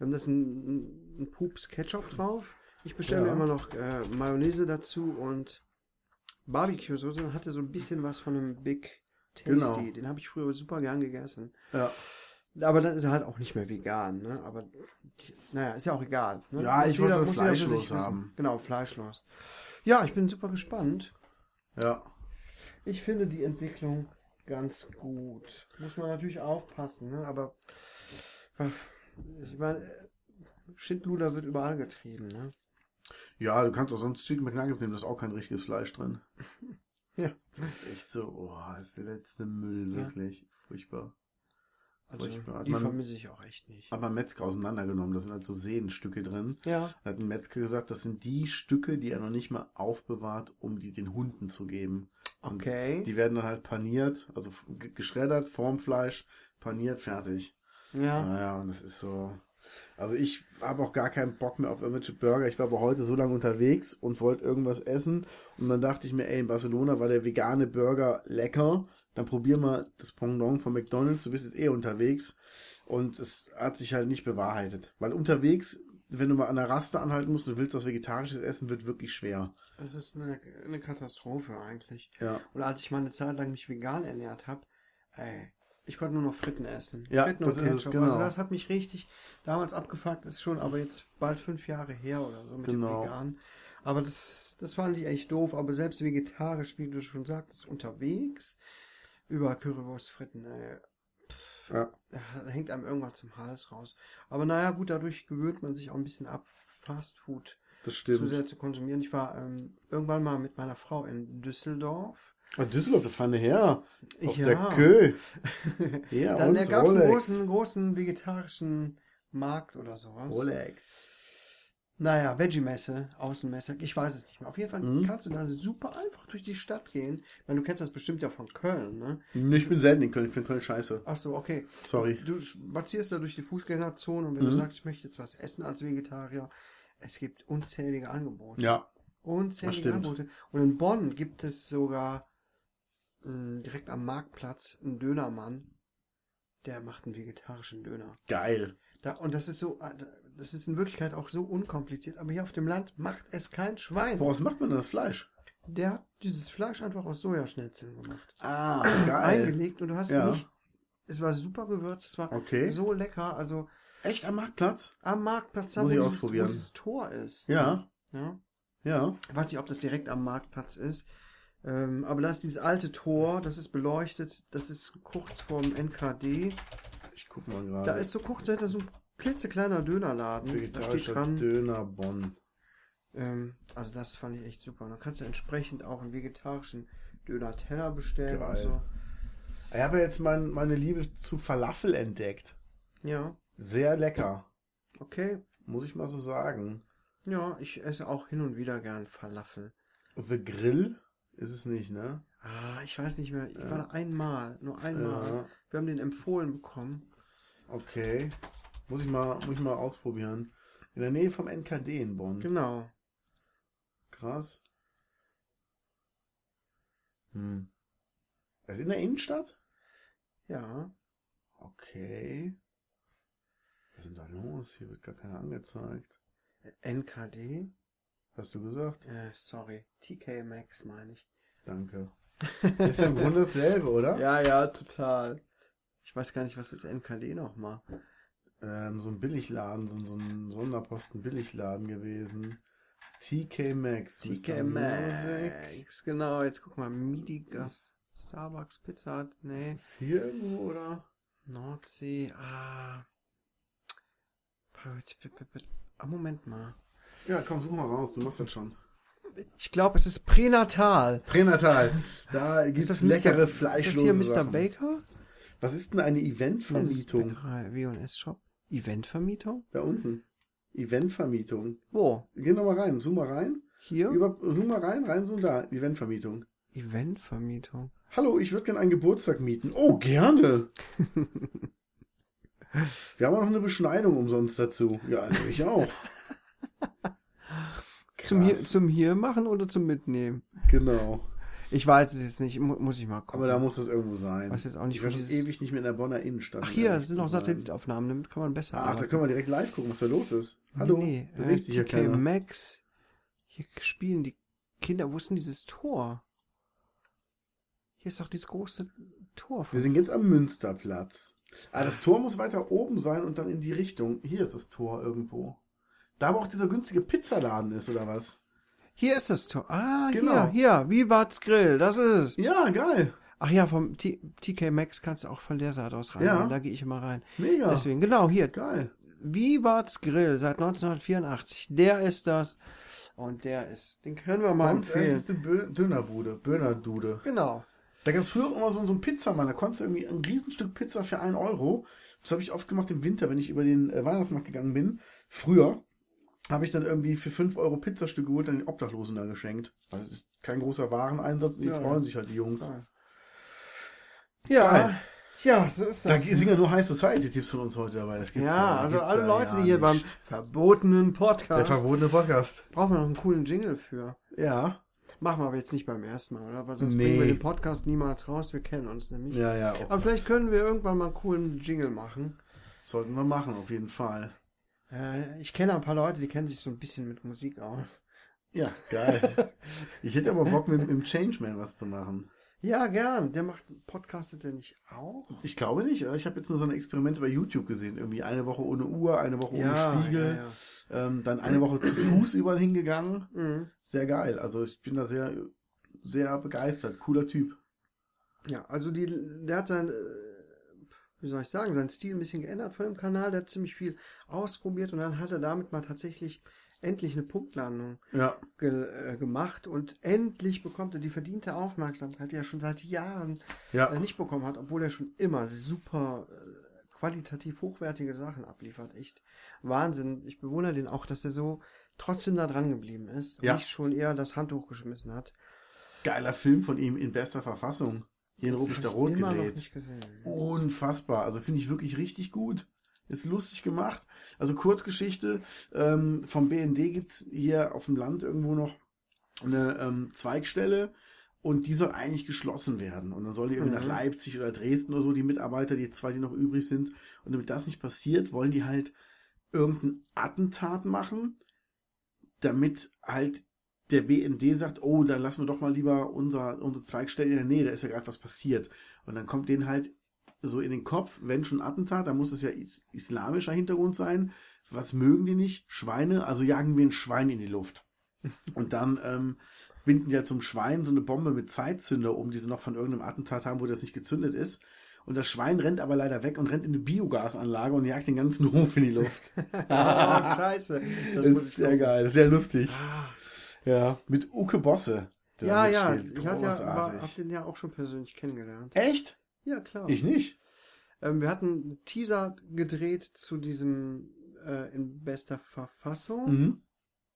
Speaker 1: Ähm, Da ist ein, ein Pups Ketchup drauf. Ich bestelle
Speaker 2: Ja.
Speaker 1: mir immer noch äh, Mayonnaise dazu und Barbecue-Soße. Dann hatte so ein bisschen was von einem Big Tasty.
Speaker 2: Genau.
Speaker 1: Den habe ich früher super gern gegessen.
Speaker 2: Ja.
Speaker 1: Aber dann ist er halt auch nicht mehr vegan, ne? Aber naja, ist ja auch egal. Ne?
Speaker 2: Ja, ich wollte das
Speaker 1: jeder für
Speaker 2: fleischlos
Speaker 1: sich wissen.
Speaker 2: haben.
Speaker 1: Genau, fleischlos. Ja, ich bin super gespannt.
Speaker 2: Ja.
Speaker 1: Ich finde die Entwicklung ganz gut. Muss man natürlich aufpassen, ne? Aber ach, ich meine, Schindluder wird überall getrieben, ne?
Speaker 2: Ja, du kannst auch sonst Chicken McNuggets nehmen, da ist auch kein richtiges Fleisch drin.
Speaker 1: Ja.
Speaker 2: Das ist echt so, oh, das ist der letzte Müll,
Speaker 1: Ja.
Speaker 2: wirklich. Furchtbar.
Speaker 1: Also
Speaker 2: Furchtbar. Hat
Speaker 1: die
Speaker 2: man-
Speaker 1: vermisse ich auch echt nicht.
Speaker 2: Aber Metzger auseinandergenommen, da sind halt so Sehnenstücke drin.
Speaker 1: Ja,
Speaker 2: Da hat ein Metzger gesagt, das sind die Stücke, die er noch nicht mal aufbewahrt, um die den Hunden zu geben. Und
Speaker 1: okay.
Speaker 2: Die werden dann halt paniert, also f- ge- geschreddert, Formfleisch, paniert, fertig.
Speaker 1: Ja.
Speaker 2: Naja, Ah und das ist so. Also ich habe auch gar keinen Bock mehr auf irgendwelche Burger. Ich war aber heute so lange unterwegs und wollte irgendwas essen. Und dann dachte ich mir, ey, in Barcelona war der vegane Burger lecker. Dann probier mal das Pendant von McDonalds. Du bist jetzt eh unterwegs. Und es hat sich halt nicht bewahrheitet. Weil unterwegs, wenn du mal an der Raste anhalten musst und du willst was Vegetarisches essen, wird wirklich schwer.
Speaker 1: Es ist eine, eine Katastrophe eigentlich.
Speaker 2: Ja.
Speaker 1: Und als ich mal eine Zeit lang mich vegan ernährt habe, ey, ich konnte nur noch Fritten essen.
Speaker 2: Ja,
Speaker 1: Fritten
Speaker 2: das ist es,
Speaker 1: Also
Speaker 2: genau.
Speaker 1: das hat mich richtig damals abgefuckt, ist schon, aber jetzt bald fünf Jahre her oder so mit
Speaker 2: Genau.
Speaker 1: dem Vegan. Aber das, das fand ich echt doof. Aber selbst vegetarisch, wie du schon sagtest, unterwegs über Currywurstfritten, ey,
Speaker 2: ja.
Speaker 1: da hängt einem irgendwas zum Hals raus. Aber naja, gut, dadurch gewöhnt man sich auch ein bisschen ab, Fast Food
Speaker 2: Das
Speaker 1: zu
Speaker 2: stimmt.
Speaker 1: sehr zu konsumieren. Ich war ähm, irgendwann mal mit meiner Frau in Düsseldorf
Speaker 2: Ah, Düsseldorf, da fand ich her. Auf
Speaker 1: Ja.
Speaker 2: der Kö. Ja,
Speaker 1: Dann
Speaker 2: und
Speaker 1: da gab es einen
Speaker 2: Rolex.
Speaker 1: großen, großen vegetarischen Markt oder sowas.
Speaker 2: Rolex.
Speaker 1: Naja, Veggie-Messe, Außenmesse, ich weiß es nicht mehr. Auf jeden Fall
Speaker 2: Mhm.
Speaker 1: kannst du da super einfach durch die Stadt gehen. Ich meine, du kennst das bestimmt ja von Köln, ne?
Speaker 2: Nee, ich bin selten in Köln. Ich finde Köln scheiße.
Speaker 1: Ach so, okay.
Speaker 2: Sorry.
Speaker 1: Du spazierst da durch die Fußgängerzone und wenn du
Speaker 2: Mhm.
Speaker 1: sagst, ich möchte jetzt was essen als Vegetarier, es gibt unzählige Angebote.
Speaker 2: Ja. Das
Speaker 1: Unzählige
Speaker 2: stimmt.
Speaker 1: Angebote. Und in Bonn gibt es sogar mh, direkt am Marktplatz einen Dönermann, der macht einen vegetarischen Döner.
Speaker 2: Geil.
Speaker 1: Da, und das ist so, das ist in Wirklichkeit auch so unkompliziert, aber hier auf dem Land macht es kein Schwein.
Speaker 2: Woraus macht man denn das Fleisch?
Speaker 1: Der hat dieses Fleisch einfach aus Sojaschnitzeln gemacht.
Speaker 2: Ah,
Speaker 1: Eingelegt und du hast
Speaker 2: Ja.
Speaker 1: nicht. Es war super gewürzt, es war
Speaker 2: Okay.
Speaker 1: so lecker. Also
Speaker 2: Echt am Marktplatz?
Speaker 1: am Marktplatz, da
Speaker 2: Muss
Speaker 1: wo
Speaker 2: ich
Speaker 1: dieses, wo
Speaker 2: ausprobieren.
Speaker 1: dieses Tor ist.
Speaker 2: Ja.
Speaker 1: ja.
Speaker 2: Ja.
Speaker 1: Ich weiß nicht, ob das direkt am Marktplatz ist. Ähm, aber da ist dieses alte Tor, das ist beleuchtet, das ist kurz vorm NKD.
Speaker 2: Ich guck mal gerade.
Speaker 1: Da ist so kurz dahinter so ein klitzekleiner Dönerladen. Da steht
Speaker 2: vegetarischer
Speaker 1: dran.
Speaker 2: Döner Bonn.
Speaker 1: Ähm, also das fand ich echt super. Und dann kannst du entsprechend auch einen vegetarischen Döner-Teller bestellen
Speaker 2: Geil.
Speaker 1: und so.
Speaker 2: Ich habe ja jetzt mein, meine Liebe zu Falafel entdeckt.
Speaker 1: Ja,
Speaker 2: Sehr lecker.
Speaker 1: okay.
Speaker 2: Muss ich mal so sagen.
Speaker 1: Ja, ich esse auch hin und wieder gern Falafel.
Speaker 2: The Grill ist es nicht, ne?
Speaker 1: Ah, ich weiß nicht mehr. Ich
Speaker 2: Ja.
Speaker 1: war da einmal, nur einmal.
Speaker 2: Ja.
Speaker 1: Wir haben den empfohlen bekommen.
Speaker 2: Äh, Okay. Muss ich mal, muss ich mal ausprobieren. In der Nähe vom NKD in Bonn.
Speaker 1: Genau.
Speaker 2: Krass. Hm. Also in der Innenstadt?
Speaker 1: Ja.
Speaker 2: Okay. Was ist denn da los? Hier wird gar keiner angezeigt.
Speaker 1: NKD.
Speaker 2: Hast du gesagt?
Speaker 1: Äh, sorry. TK Maxx meine ich.
Speaker 2: Danke. Ist ja im Grunde dasselbe, oder?
Speaker 1: Ja, ja, total. Ich weiß gar nicht, was ist NKD nochmal?
Speaker 2: Ähm, so ein Billigladen, so, ein- so ein Sonderposten Billigladen gewesen. TK Maxx.
Speaker 1: TK
Speaker 2: Mr. Music.
Speaker 1: Maxx, genau. Jetzt guck mal. Midigas. Starbucks, Pizza Hut, nee.
Speaker 2: Ist hier irgendwo, oder?
Speaker 1: Nordsee, ah. Ah, Moment mal.
Speaker 2: Ja, komm, such mal raus, du machst das schon.
Speaker 1: Ich glaube, es ist Pränatal.
Speaker 2: Pränatal. Da gibt es leckere Fleischlose
Speaker 1: Ist das hier Mr.
Speaker 2: Sachen.
Speaker 1: Baker?
Speaker 2: Was ist denn eine Eventvermietung?
Speaker 1: W&S Shop. Eventvermietung?
Speaker 2: Da unten. Eventvermietung.
Speaker 1: Wo?
Speaker 2: Geh noch mal rein, zoom mal rein.
Speaker 1: Hier?
Speaker 2: Über, zoom mal rein, rein, zoom da. Eventvermietung.
Speaker 1: Eventvermietung.
Speaker 2: Hallo, ich würde gerne einen Geburtstag mieten. Oh, gerne. Wir haben auch noch eine Beschneidung umsonst dazu. Ja, nehme ich auch.
Speaker 1: Zum hier,
Speaker 2: Krass.
Speaker 1: zum hier machen oder zum mitnehmen?
Speaker 2: Genau.
Speaker 1: Ich weiß es jetzt nicht, mu muss ich mal gucken.
Speaker 2: Aber da muss das irgendwo sein.
Speaker 1: Weiß jetzt auch nicht,
Speaker 2: ich
Speaker 1: wo
Speaker 2: war schon
Speaker 1: dieses-
Speaker 2: ewig nicht mehr in der Bonner Innenstadt.
Speaker 1: Ach
Speaker 2: um
Speaker 1: hier,
Speaker 2: ehrlich
Speaker 1: es sind
Speaker 2: zu
Speaker 1: noch
Speaker 2: sein.
Speaker 1: Satellitaufnahmen, damit kann man besser
Speaker 2: Ach, da können wir direkt live gucken, was da los ist. Hallo,
Speaker 1: Nee, äh,
Speaker 2: bewegt sich ja
Speaker 1: TK
Speaker 2: keiner.
Speaker 1: Max. Hier spielen die Kinder, wo ist denn dieses Tor? Hier ist doch dieses große Tor.
Speaker 2: Wir sind jetzt am Münsterplatz. Ah, das Tor muss weiter oben sein und dann in die Richtung. Hier ist das Tor irgendwo. Da, wo auch dieser günstige Pizzaladen ist, oder was?
Speaker 1: Hier ist das Tor. Ah,
Speaker 2: Genau.
Speaker 1: hier, hier. Vivat's Grill, das ist es.
Speaker 2: Ja, geil.
Speaker 1: Ach ja, vom T TK Maxx kannst du auch von der Seite aus rein.
Speaker 2: Ja.
Speaker 1: Ja. Da gehe ich immer rein.
Speaker 2: Mega.
Speaker 1: Deswegen, genau, hier.
Speaker 2: Geil.
Speaker 1: Wieberts Grill seit 1984. Der ist das. Und der ist, den können wir mal
Speaker 2: Ganz
Speaker 1: empfehlen.
Speaker 2: älteste Bö- Dönerbude, Bönerdude.
Speaker 1: Genau.
Speaker 2: Da gab es früher auch immer so, so einen Pizzamann, da konntest du irgendwie ein Riesenstück Pizza für einen Euro. Das habe ich oft gemacht im Winter, wenn ich über den äh, Weihnachtsmarkt gegangen bin. Früher habe ich dann irgendwie für 5 Euro Pizzastück geholt und den Obdachlosen da geschenkt. Weil das ist kein großer Wareneinsatz und die
Speaker 1: Ja,
Speaker 2: freuen
Speaker 1: ja.
Speaker 2: sich halt, die Jungs.
Speaker 1: Geil. Ja.
Speaker 2: Geil.
Speaker 1: Ja, so ist
Speaker 2: Da
Speaker 1: das.
Speaker 2: sind ja nur High Society Tipps von uns heute dabei. Das gibt's
Speaker 1: ja, also
Speaker 2: gibt's
Speaker 1: alle
Speaker 2: ja
Speaker 1: Leute,
Speaker 2: ja
Speaker 1: die hier beim
Speaker 2: nicht.
Speaker 1: verbotenen
Speaker 2: Der
Speaker 1: Podcast.
Speaker 2: verbotene Podcast.
Speaker 1: brauchen wir noch einen coolen Jingle für.
Speaker 2: Ja.
Speaker 1: Machen wir aber jetzt nicht beim ersten Mal, oder? Weil sonst
Speaker 2: Nee.
Speaker 1: bringen wir den Podcast niemals raus. Wir kennen uns nämlich.
Speaker 2: Ja, ja. oh, Auch.
Speaker 1: Aber vielleicht können wir irgendwann mal einen coolen Jingle machen.
Speaker 2: Sollten wir machen, auf jeden Fall.
Speaker 1: Äh, ich kenne ein paar Leute, die kennen sich so ein bisschen mit Musik aus.
Speaker 2: Ja, geil. ich hätte aber Bock, mit dem Changeman was zu machen.
Speaker 1: Ja, gern. Der macht podcastet der nicht auch?
Speaker 2: Ich glaube nicht, oder? Ich habe jetzt nur so ein Experiment bei YouTube gesehen. Irgendwie eine Woche ohne Uhr, eine Woche ohne Spiegel,
Speaker 1: ja, ja.
Speaker 2: Ähm, dann eine Woche zu Fuß überall hingegangen.
Speaker 1: Mhm.
Speaker 2: Sehr geil. Also ich bin da sehr, sehr begeistert. Cooler Typ.
Speaker 1: ja, also die, der hat sein, äh, wie soll ich sagen, seinen Stil ein bisschen geändert von dem Kanal. Der hat ziemlich viel ausprobiert und dann hat er damit mal tatsächlich endlich eine Punktlandung
Speaker 2: Ja.
Speaker 1: ge äh, gemacht und endlich bekommt er die verdiente Aufmerksamkeit, die er schon seit Jahren äh,
Speaker 2: Ja.
Speaker 1: nicht bekommen hat, obwohl er schon immer super äh, qualitativ hochwertige Sachen abliefert. Echt Wahnsinn. Ich bewundere den auch, dass er so trotzdem da dran geblieben ist und
Speaker 2: Ja.
Speaker 1: nicht schon eher das Handtuch geschmissen hat.
Speaker 2: Geiler Film von ihm in bester Verfassung. Hier in
Speaker 1: Das
Speaker 2: Rupich der
Speaker 1: hab ich
Speaker 2: Rot
Speaker 1: immer
Speaker 2: gedreht.
Speaker 1: Noch nicht gesehen.
Speaker 2: Unfassbar. Also finde ich wirklich richtig gut. Ist lustig gemacht. Also Kurzgeschichte ähm, vom BND gibt's hier auf dem Land irgendwo noch eine ähm, Zweigstelle und die soll eigentlich geschlossen werden. Und dann soll die irgendwie
Speaker 1: Mhm.
Speaker 2: nach Leipzig oder Dresden oder so, die Mitarbeiter, die zwei, die noch übrig sind. Und damit das nicht passiert, wollen die halt irgendein Attentat machen, damit halt der BND sagt, oh, dann lassen wir doch mal lieber unser, unsere Zweigstelle in der Nähe, da ist ja gerade was passiert. Und dann kommt denen halt so in den Kopf, wenn schon Attentat, dann muss es ja is islamischer Hintergrund sein. Was mögen die nicht? Schweine, also jagen wir ein Schwein in die Luft. Und dann ähm, binden die ja zum Schwein so eine Bombe mit Zeitzünder um, die sie noch von irgendeinem Attentat haben, wo das nicht gezündet ist. Und das Schwein rennt aber leider weg und rennt in eine Biogasanlage und jagt den ganzen Hof in die Luft.
Speaker 1: Ah, scheiße.
Speaker 2: Das, ist sehr
Speaker 1: gucken.
Speaker 2: geil, sehr lustig.
Speaker 1: Ah,
Speaker 2: Ja, mit Uke Bosse. der
Speaker 1: ja,
Speaker 2: da
Speaker 1: ja,
Speaker 2: mitspielt.
Speaker 1: ich hatte ja, war,
Speaker 2: Großartig.
Speaker 1: hab den ja auch schon persönlich kennengelernt.
Speaker 2: Echt?
Speaker 1: Ja, klar.
Speaker 2: Ich nicht.
Speaker 1: Ähm, wir hatten einen Teaser gedreht zu diesem äh, in bester Verfassung.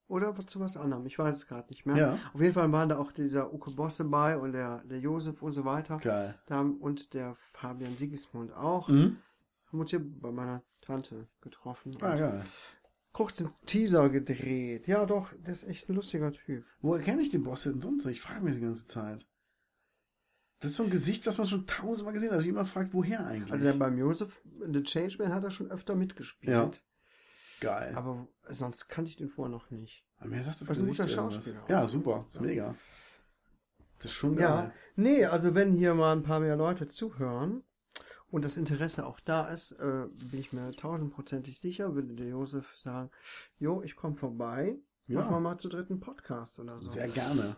Speaker 1: oder zu was anderem. Ich weiß es gerade nicht mehr.
Speaker 2: Mhm. Ja.
Speaker 1: Auf jeden Fall waren da auch dieser Uke Bosse bei und der, der Josef und so weiter.
Speaker 2: Geil.
Speaker 1: Da, haben- und der Fabian Sigismund auch.
Speaker 2: Mhm.
Speaker 1: Haben uns hier bei meiner Tante getroffen.
Speaker 2: Ah,
Speaker 1: und
Speaker 2: geil.
Speaker 1: Kurz einen Teaser gedreht. Ja, doch, der ist echt ein lustiger Typ.
Speaker 2: Woher kenne ich den Boss denn sonst? Ich frage mich die ganze Zeit. Das ist so ein Gesicht, das man schon tausendmal gesehen hat. Ich immer fragt, woher eigentlich?
Speaker 1: Also der beim Josef, The Changeman, hat er schon öfter mitgespielt.
Speaker 2: Ja. Geil.
Speaker 1: Aber sonst kannte ich den vorher noch nicht.
Speaker 2: Aber mir sagt das
Speaker 1: Das ist ein
Speaker 2: Gesicht
Speaker 1: guter
Speaker 2: irgendwas.
Speaker 1: Schauspieler.
Speaker 2: Ja, super. Ist mega. Das ist schon
Speaker 1: Ja.
Speaker 2: geil.
Speaker 1: Nee, also wenn hier mal ein paar mehr Leute zuhören und das Interesse auch da ist, äh, bin ich mir tausendprozentig sicher, würde der Josef sagen, jo, ich komme vorbei,
Speaker 2: Ja.
Speaker 1: machen wir mal zu dritten Podcast oder so.
Speaker 2: Sehr gerne.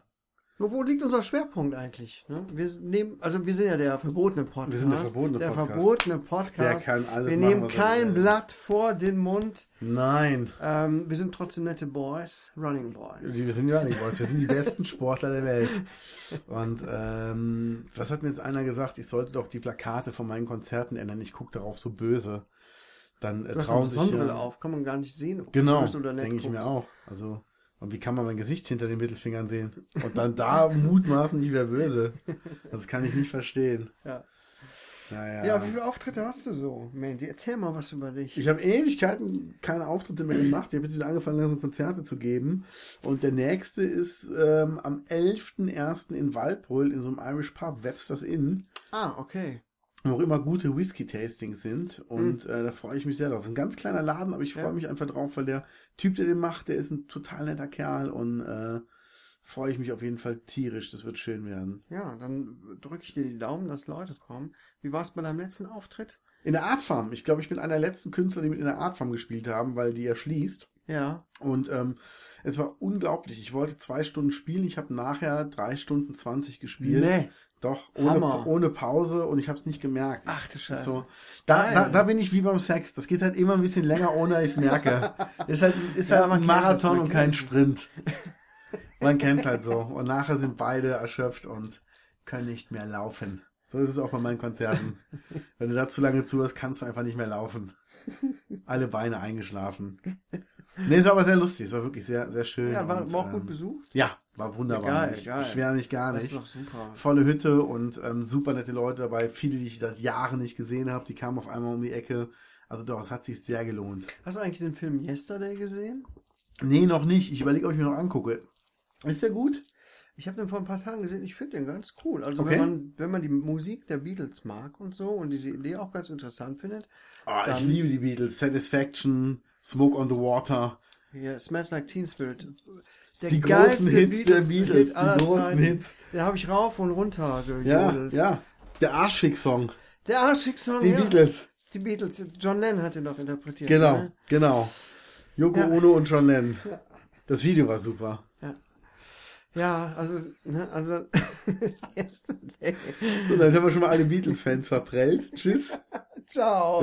Speaker 1: Nur wo liegt unser Schwerpunkt eigentlich? Ne? Wir nehmen, also wir sind ja der verbotene Podcast.
Speaker 2: Wir sind der verbotene
Speaker 1: der
Speaker 2: Podcast.
Speaker 1: verbotene Podcast.
Speaker 2: Der kann alles
Speaker 1: wir
Speaker 2: machen,
Speaker 1: nehmen
Speaker 2: was er
Speaker 1: kein
Speaker 2: will.
Speaker 1: Blatt vor den Mund.
Speaker 2: Nein.
Speaker 1: Ähm, wir sind trotzdem nette Boys, Running Boys.
Speaker 2: Wir sind die Running Boys. Wir sind die besten Sportler der Welt. Und ähm, was hat mir jetzt einer gesagt? Ich sollte doch die Plakate von meinen Konzerten ändern. Ich gucke darauf so böse. Dann äh,
Speaker 1: Du hast eine
Speaker 2: trauen sich
Speaker 1: Sonnenbrille
Speaker 2: ja-
Speaker 1: auf, kann man gar nicht sehen. ob du
Speaker 2: Genau,
Speaker 1: bist oder nett
Speaker 2: denke ich mir
Speaker 1: guckst.
Speaker 2: auch. Also, und wie kann man mein Gesicht hinter den Mittelfingern sehen? Und dann da mutmaßen, ich wäre böse. Das kann ich nicht verstehen.
Speaker 1: Ja.
Speaker 2: Naja.
Speaker 1: Ja, wie viele Auftritte hast du so, Mandy? Erzähl mal was über dich.
Speaker 2: ich habe Ewigkeiten keine Auftritte mehr gemacht. Ich habe jetzt wieder angefangen, langsam Konzerte zu geben. Und der nächste ist ähm, am 11.01. in Waldbröl in so einem Irish Pub, Webster's Inn.
Speaker 1: ah, okay.
Speaker 2: wo auch immer gute Whisky-Tastings sind. Und äh, da freue ich mich sehr drauf. Ist ein ganz kleiner Laden, aber ich freue
Speaker 1: Hm. Ja.
Speaker 2: mich einfach drauf, weil der Typ, der den macht, der ist ein total netter Kerl und äh, freue ich mich auf jeden Fall tierisch. Das wird schön werden.
Speaker 1: Ja, dann drücke ich dir die Daumen, dass Leute kommen. Wie war es bei deinem letzten Auftritt?
Speaker 2: In der Artfarm. Ich glaube, ich bin einer der letzten Künstler, die mit in der Artfarm gespielt haben, weil die ja schließt.
Speaker 1: Ja,
Speaker 2: Und ähm, es war unglaublich. Ich wollte zwei Stunden spielen. Ich habe nachher drei Stunden 20 gespielt.
Speaker 1: Nee.
Speaker 2: Doch, ohne,
Speaker 1: Hammer. Ah,
Speaker 2: ohne Pause und ich habe es nicht gemerkt.
Speaker 1: Ach, du
Speaker 2: Das ist
Speaker 1: Scheiße.
Speaker 2: da,
Speaker 1: Geil.
Speaker 2: da, da bin ich wie beim Sex. Das geht halt immer ein bisschen länger, ohne ich es merke. Ist halt, ist
Speaker 1: Ja,
Speaker 2: halt
Speaker 1: man
Speaker 2: ein
Speaker 1: kennt das,
Speaker 2: Marathon
Speaker 1: man kennt
Speaker 2: und kein
Speaker 1: das.
Speaker 2: Sprint. Man kennt's halt so. Und nachher sind beide erschöpft und können nicht mehr laufen. So ist es auch bei meinen Konzerten. Wenn du da zu lange zuhörst, kannst du einfach nicht mehr laufen. Alle Beine eingeschlafen. Nee, es war aber sehr lustig. Es war wirklich sehr, sehr schön.
Speaker 1: ja war,
Speaker 2: und,
Speaker 1: war auch gut
Speaker 2: ähm,
Speaker 1: besucht.
Speaker 2: Ja, war wunderbar.
Speaker 1: Ja, geil,
Speaker 2: ich
Speaker 1: geil.
Speaker 2: beschwere mich gar
Speaker 1: Das
Speaker 2: nicht
Speaker 1: ist doch super.
Speaker 2: volle Hütte und ähm, super nette Leute dabei. Viele, die ich seit Jahren nicht gesehen habe, die kamen auf einmal um die Ecke. Also doch, es hat sich sehr gelohnt.
Speaker 1: Hast du eigentlich den Film Yesterday gesehen?
Speaker 2: Nee, noch nicht. Ich überlege, ob ich mir noch angucke. Ist der gut?
Speaker 1: Ich habe den vor ein paar Tagen gesehen. Ich finde den ganz cool. Also
Speaker 2: Okay.
Speaker 1: wenn man wenn man die Musik der Beatles mag und so und diese Idee auch ganz interessant findet,
Speaker 2: Ah, ich
Speaker 1: Dann-
Speaker 2: liebe die Beatles. Satisfaction, Smoke on the Water.
Speaker 1: hier Smells Like Teen Spirit. Der
Speaker 2: Die
Speaker 1: geilste
Speaker 2: großen Hits der
Speaker 1: Beatles-Hit
Speaker 2: Beatles.
Speaker 1: aller
Speaker 2: Die großen
Speaker 1: Zeiten.
Speaker 2: Hits.
Speaker 1: Den habe ich rauf und runter
Speaker 2: Ja,
Speaker 1: gejodelt.
Speaker 2: ja. Der Arschfick-Song.
Speaker 1: Der Arschfick-Song.
Speaker 2: Die
Speaker 1: ja.
Speaker 2: Beatles.
Speaker 1: Die Beatles, John Lennon hat den doch interpretiert.
Speaker 2: Genau,
Speaker 1: Ne?
Speaker 2: genau. Yoko
Speaker 1: Ja.
Speaker 2: Ono und John Lennon. Das Video war super.
Speaker 1: Ja, also, ne, also, yesterday.
Speaker 2: Und dann haben wir schon mal alle Beatles-Fans verprellt. Tschüss.
Speaker 1: Ciao.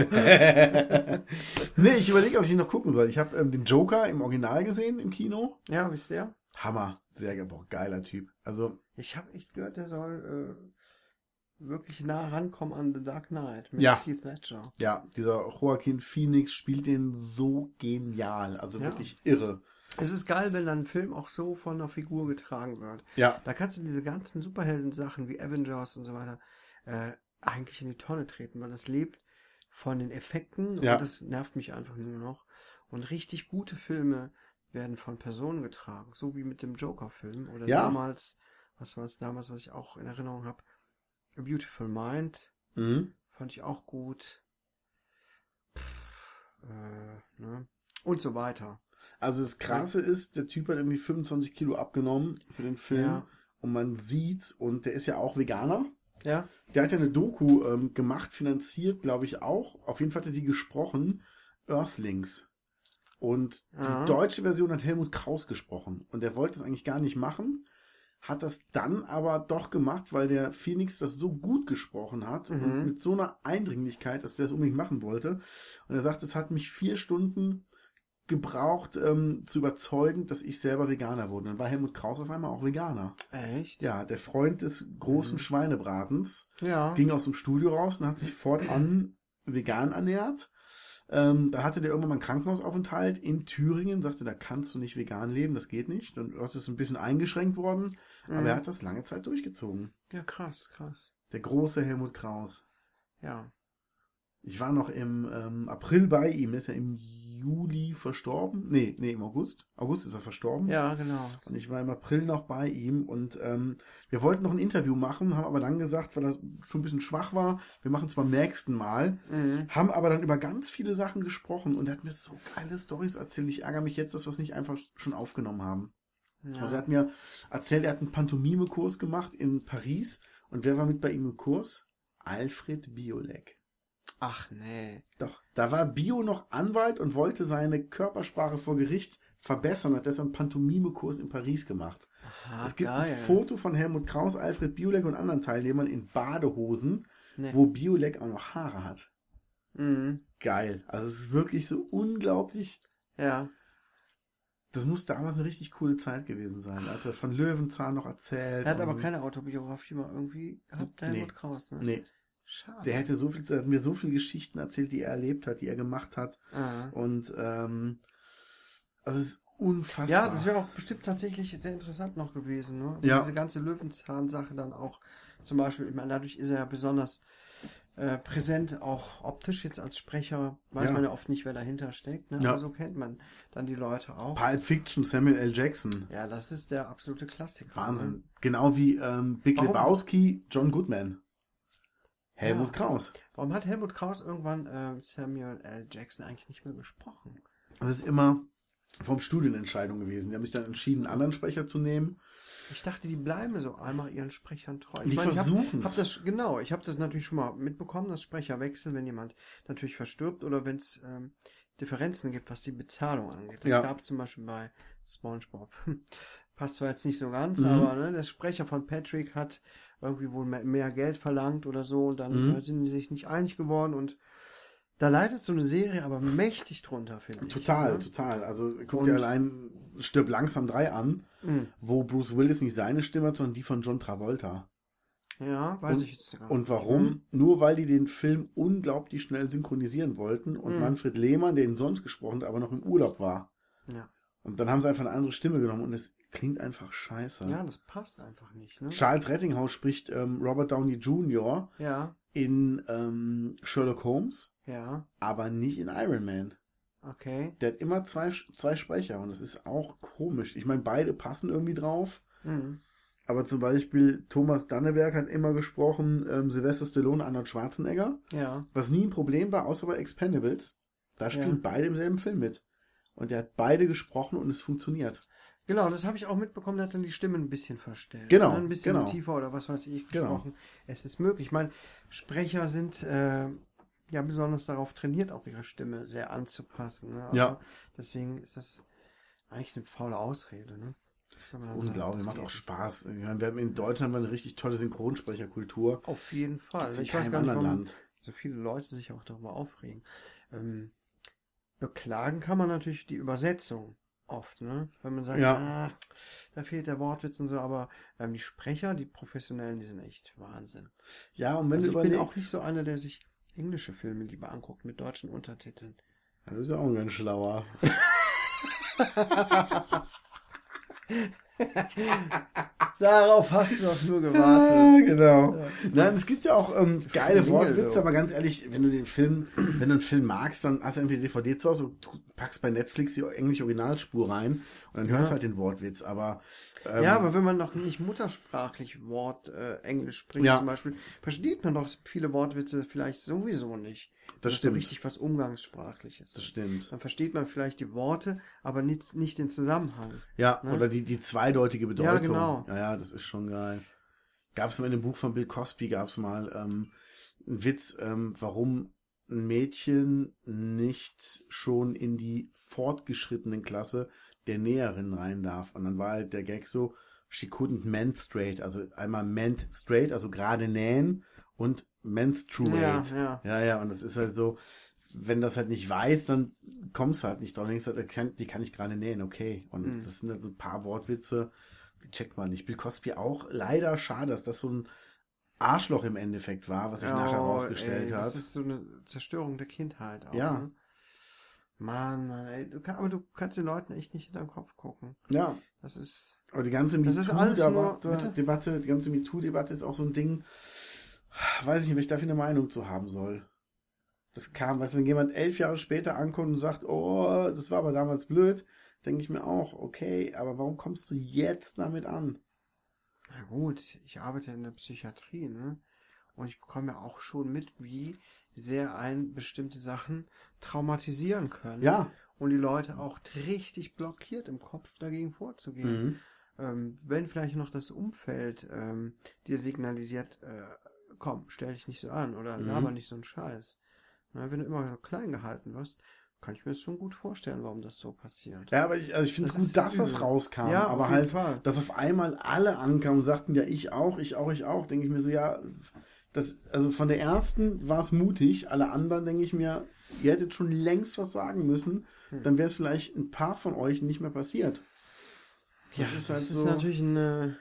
Speaker 2: Nee, ich überlege, ob ich ihn noch gucken soll. Ich habe ähm, den Joker im Original gesehen im Kino.
Speaker 1: ja, wisst ihr?
Speaker 2: Hammer. Sehr ge- boah, geiler Typ. Also,
Speaker 1: Ich habe echt gehört, der soll äh, wirklich nah rankommen an The Dark Knight mit
Speaker 2: Ja.
Speaker 1: Heath Ledger.
Speaker 2: ja, dieser Joaquin Phoenix spielt den so genial. Also
Speaker 1: Ja.
Speaker 2: wirklich irre.
Speaker 1: Es ist geil, wenn dann ein Film auch so von einer Figur getragen wird.
Speaker 2: Ja.
Speaker 1: Da kannst du diese ganzen Superhelden-Sachen wie Avengers und so weiter äh, eigentlich in die Tonne treten, weil das lebt von den Effekten
Speaker 2: Ja.
Speaker 1: und das nervt mich einfach nur noch. Und richtig gute Filme werden von Personen getragen, so wie mit dem Joker-Film oder
Speaker 2: Ja.
Speaker 1: damals, was war es damals, was ich auch in Erinnerung habe, A Beautiful Mind
Speaker 2: Mhm.
Speaker 1: fand ich auch gut. Pff, äh, ne? Und so weiter.
Speaker 2: Also das Krasse ist, der Typ hat irgendwie 25 Kilo abgenommen für den Film.
Speaker 1: Ja.
Speaker 2: Und man sieht's. Und der ist ja auch Veganer.
Speaker 1: Ja,
Speaker 2: Der hat ja eine Doku ähm, gemacht, finanziert, glaube ich auch. Auf jeden Fall hat er die gesprochen. Earthlings. Und
Speaker 1: Ah.
Speaker 2: die deutsche Version hat Helmut Kraus gesprochen. Und er wollte es eigentlich gar nicht machen, hat das dann aber doch gemacht, weil der Phoenix das so gut gesprochen hat und
Speaker 1: Mhm.
Speaker 2: mit so einer Eindringlichkeit, dass der das unbedingt machen wollte. Und er sagt, es hat mich vier Stunden gebraucht, ähm, zu überzeugen, dass ich selber Veganer wurde. Dann war Helmut Kraus auf einmal auch Veganer.
Speaker 1: echt?
Speaker 2: Ja, der Freund des großen
Speaker 1: Mhm.
Speaker 2: Schweinebratens
Speaker 1: Ja.
Speaker 2: ging aus dem Studio raus und hat sich fortan vegan ernährt. Ähm, da hatte der irgendwann mal einen Krankenhausaufenthalt in Thüringen, sagte, da kannst du nicht vegan leben, das geht nicht. Und das ist ein bisschen eingeschränkt worden, aber er hat das lange Zeit durchgezogen.
Speaker 1: Mhm. Ja, krass, krass.
Speaker 2: Der große Helmut Kraus.
Speaker 1: Ja.
Speaker 2: Ich war noch im ähm, April bei ihm, ist er im Juli verstorben. Nee, nee, im August. August ist er verstorben.
Speaker 1: Ja, genau.
Speaker 2: Und ich war im April noch bei ihm und ähm, wir wollten noch ein Interview machen, haben aber dann gesagt, weil das schon ein bisschen schwach war, wir machen es beim nächsten Mal.
Speaker 1: Mhm.
Speaker 2: Haben aber dann über ganz viele Sachen gesprochen und er hat mir so geile Stories erzählt. Ich ärgere mich jetzt, dass wir es nicht einfach schon aufgenommen haben.
Speaker 1: Ja.
Speaker 2: Also er hat mir erzählt, er hat einen Pantomime-Kurs gemacht in Paris und wer war mit bei ihm im Kurs? Alfred Biolek.
Speaker 1: Ach nee.
Speaker 2: Doch, da war Bio noch Anwalt und wollte seine Körpersprache vor Gericht verbessern, hat deshalb einen Pantomime-Kurs in Paris gemacht.
Speaker 1: Aha,
Speaker 2: es gibt
Speaker 1: Ah, geil.
Speaker 2: ein Foto von Helmut Kraus, Alfred Biolek und anderen Teilnehmern in Badehosen,
Speaker 1: Nee.
Speaker 2: wo Biolek auch noch Haare hat.
Speaker 1: Mhm.
Speaker 2: Geil. Also es ist wirklich so unglaublich.
Speaker 1: Ja.
Speaker 2: Das muss damals eine richtig coole Zeit gewesen sein. Er hatte von Löwenzahn noch erzählt.
Speaker 1: Er hat aber
Speaker 2: und-
Speaker 1: keine Autobiografie mal irgendwie gehabt, der
Speaker 2: Nee.
Speaker 1: Helmut Kraus, ne?
Speaker 2: Nee,
Speaker 1: Schade.
Speaker 2: der hätte so viel, er hat mir so viele Geschichten erzählt, die er erlebt hat, die er gemacht hat.
Speaker 1: ah.
Speaker 2: Und ähm, also es ist unfassbar.
Speaker 1: Ja, das wäre auch bestimmt tatsächlich sehr interessant noch gewesen, ne? Also
Speaker 2: Ja.
Speaker 1: Diese ganze Löwenzahn-Sache dann auch zum Beispiel, ich meine, dadurch ist er ja besonders äh, präsent, auch optisch jetzt als Sprecher, weiß
Speaker 2: Ja.
Speaker 1: man ja oft nicht, wer dahinter steckt, ne?
Speaker 2: Ja.
Speaker 1: Aber so kennt man dann die Leute auch.
Speaker 2: Pulp Fiction, Samuel L. Jackson.
Speaker 1: Ja, das ist der absolute Klassiker.
Speaker 2: Wahnsinn. Genau wie ähm, Big
Speaker 1: Warum?
Speaker 2: Lebowski, John Goodman. Helmut
Speaker 1: Ja.
Speaker 2: Kraus.
Speaker 1: Warum hat Helmut Kraus irgendwann ähm, Samuel L. Jackson eigentlich nicht mehr gesprochen?
Speaker 2: Das ist immer vom Studienentscheidung gewesen. Die haben sich dann entschieden, einen anderen Sprecher zu nehmen.
Speaker 1: Ich dachte, die bleiben so einmal ihren Sprechern treu.
Speaker 2: Die
Speaker 1: meine, ich hab-
Speaker 2: versuchen's.
Speaker 1: hab das genau. Ich habe das natürlich schon mal mitbekommen, dass Sprecher wechseln, wenn jemand natürlich verstirbt oder wenn es ähm, Differenzen gibt, was die Bezahlung angeht. Das
Speaker 2: Ja.
Speaker 1: gab zum Beispiel bei SpongeBob. Passt zwar jetzt nicht so ganz,
Speaker 2: Mhm.
Speaker 1: aber ne, der Sprecher von Patrick hat irgendwie wohl mehr, mehr Geld verlangt oder so und dann äh,
Speaker 2: Mhm.
Speaker 1: sind die sich nicht einig geworden und da leidet so eine Serie aber mächtig drunter, finde ich.
Speaker 2: Total,
Speaker 1: ne?
Speaker 2: total. Also guck
Speaker 1: Und-
Speaker 2: dir allein Stirb langsam 3 an,
Speaker 1: Mhm.
Speaker 2: wo Bruce Willis nicht seine Stimme hat, sondern die von John Travolta.
Speaker 1: Ja, weiß
Speaker 2: Und-
Speaker 1: ich jetzt gar nicht.
Speaker 2: Und warum? Nur weil die den Film unglaublich schnell synchronisieren wollten und
Speaker 1: Mhm.
Speaker 2: Manfred Lehmann, der ihn sonst gesprochen hat, aber noch im Urlaub war.
Speaker 1: Ja.
Speaker 2: Und dann haben sie einfach eine andere Stimme genommen und es klingt einfach scheiße.
Speaker 1: ja, ne? das passt einfach nicht. Ne?
Speaker 2: Charles Rettinghaus spricht ähm, Robert Downey Jr.
Speaker 1: Ja,
Speaker 2: in ähm, Sherlock Holmes,
Speaker 1: ja,
Speaker 2: aber nicht in Iron Man.
Speaker 1: okay.
Speaker 2: Der hat immer zwei, zwei Sprecher und das ist auch komisch. Ich meine, beide passen irgendwie drauf.
Speaker 1: Mhm.
Speaker 2: Aber zum Beispiel Thomas Danneberg hat immer gesprochen, ähm, Sylvester Stallone, Arnold Schwarzenegger,
Speaker 1: Ja,
Speaker 2: was nie ein Problem war, außer bei Expendables. Da spielen
Speaker 1: Ja.
Speaker 2: beide im selben Film mit. Und er hat beide gesprochen und es funktioniert.
Speaker 1: genau, das habe ich auch mitbekommen, der hat dann die Stimme ein bisschen verstellt.
Speaker 2: Genau,
Speaker 1: ne? Ein bisschen
Speaker 2: genau.
Speaker 1: tiefer oder was weiß ich
Speaker 2: Genau.
Speaker 1: gesprochen. Es ist möglich. Ich meine, Sprecher sind äh, ja besonders darauf trainiert, auch ihre Stimme sehr anzupassen. Ne? Also
Speaker 2: Ja.
Speaker 1: Deswegen ist das eigentlich eine faule Ausrede. Ne? Kann man
Speaker 2: Das
Speaker 1: dann
Speaker 2: ist
Speaker 1: sagen,
Speaker 2: unglaublich,
Speaker 1: das
Speaker 2: macht
Speaker 1: geht.
Speaker 2: auch Spaß. Ich meine, wir haben in Deutschland haben wir eine richtig tolle Synchronsprecherkultur.
Speaker 1: Auf jeden Fall.
Speaker 2: Gibt's
Speaker 1: Also
Speaker 2: in
Speaker 1: Ich weiß
Speaker 2: keinem
Speaker 1: gar nicht,
Speaker 2: anderen
Speaker 1: warum
Speaker 2: Land.
Speaker 1: so viele Leute sich auch darüber aufregen. Ähm, beklagen kann man natürlich die Übersetzung oft, ne? Wenn man sagt,
Speaker 2: Ja.
Speaker 1: ah, da fehlt der Wortwitz und so, aber ähm, die Sprecher, die Professionellen, die sind echt Wahnsinn.
Speaker 2: Ja, und wenn
Speaker 1: Also
Speaker 2: du
Speaker 1: ich
Speaker 2: überlegst,
Speaker 1: bin auch nicht so einer, der sich englische Filme lieber anguckt mit deutschen Untertiteln.
Speaker 2: Ja, du bist ja auch ein ganz schlauer.
Speaker 1: Darauf hast du doch nur
Speaker 2: Ah, genau.
Speaker 1: Ja.
Speaker 2: Nein, es gibt ja auch ähm, geile
Speaker 1: Schlinge,
Speaker 2: Wortwitze,
Speaker 1: so.
Speaker 2: aber ganz ehrlich, wenn du den Film, wenn du einen Film magst, dann hast du entweder die DVD zu Hause und du packst bei Netflix die englische Originalspur rein und dann hörst du halt den Wortwitz, aber ähm,
Speaker 1: ja, aber wenn man noch nicht muttersprachlich Wort äh, Englisch spricht
Speaker 2: Ja.
Speaker 1: zum Beispiel, versteht man doch viele Wortwitze vielleicht sowieso nicht. Wenn so
Speaker 2: stimmt.
Speaker 1: richtig was Umgangssprachliches.
Speaker 2: das
Speaker 1: ist.
Speaker 2: stimmt.
Speaker 1: Dann versteht man vielleicht die Worte, aber nicht, nicht den Zusammenhang.
Speaker 2: Ja,
Speaker 1: Ne?
Speaker 2: oder die, die zweideutige Bedeutung.
Speaker 1: Ja, genau.
Speaker 2: Ja, ja, das ist schon geil. Gab es mal in dem Buch von Bill Cosby, gab es mal ähm, einen Witz, ähm, warum ein Mädchen nicht schon in die fortgeschrittenen Klasse der Näherin rein darf. Und dann war halt der Gag so, she couldn't menstruate, also einmal menstruate, also gerade nähen und menstruate.
Speaker 1: Ja, ja.
Speaker 2: Ja, ja, und das ist halt so, wenn das halt nicht weiß, dann kommst du halt nicht drauf. Dann denkst du halt, die kann, die kann ich gerade nähen, okay. Und
Speaker 1: Mhm.
Speaker 2: das sind halt so ein paar Wortwitze, die checkt man nicht. Bill Cosby auch, leider schade, dass das so ein Arschloch im Endeffekt war, was sich nachher
Speaker 1: Oh, ey,
Speaker 2: herausgestellt hat.
Speaker 1: Das ist so eine Zerstörung der Kindheit auch.
Speaker 2: Ja.
Speaker 1: Ne? Mann, Mann, ey, du kann, aber du kannst den Leuten echt nicht hinterm Kopf gucken.
Speaker 2: Ja,
Speaker 1: Das ist,
Speaker 2: aber die ganze
Speaker 1: Das ist alles nur-
Speaker 2: MeToo-Debatte,
Speaker 1: bitte?
Speaker 2: Debatte, die ganze MeToo-Debatte ist auch so ein Ding, weiß ich nicht, was ich dafür eine Meinung zu haben soll. Das kam, weißt du, wenn jemand elf Jahre später ankommt und sagt, oh, das war aber damals blöd, denke ich mir auch, okay, aber warum kommst du jetzt damit an?
Speaker 1: na gut, ich arbeite in der Psychiatrie, ne? Und ich bekomme ja auch schon mit, wie sehr ein bestimmte Sachen traumatisieren können.
Speaker 2: Ja.
Speaker 1: Und die Leute auch richtig blockiert im Kopf dagegen vorzugehen.
Speaker 2: Mhm.
Speaker 1: ähm, wenn vielleicht noch das Umfeld ähm, dir signalisiert, äh, komm, stell dich nicht so an oder
Speaker 2: Mhm.
Speaker 1: laber nicht so einen Scheiß. Na, wenn du immer so klein gehalten wirst, kann ich mir das schon gut vorstellen, warum das so passiert.
Speaker 2: Ja, aber ich, also ich finde es
Speaker 1: Das
Speaker 2: gut,
Speaker 1: ist
Speaker 2: dass das
Speaker 1: übel.
Speaker 2: rauskam,
Speaker 1: Ja,
Speaker 2: aber
Speaker 1: auf jeden
Speaker 2: halt,
Speaker 1: Fall.
Speaker 2: dass auf einmal alle ankamen und sagten, ja, ich auch, ich auch, ich auch, denke ich mir so, ja, das, also von der ersten war es mutig, alle anderen denke ich mir, ihr hättet schon längst was sagen müssen,
Speaker 1: Hm.
Speaker 2: dann wäre es vielleicht ein paar von euch nicht mehr passiert.
Speaker 1: Ja,
Speaker 2: das
Speaker 1: das
Speaker 2: ist
Speaker 1: ist,
Speaker 2: halt so-
Speaker 1: natürlich eine,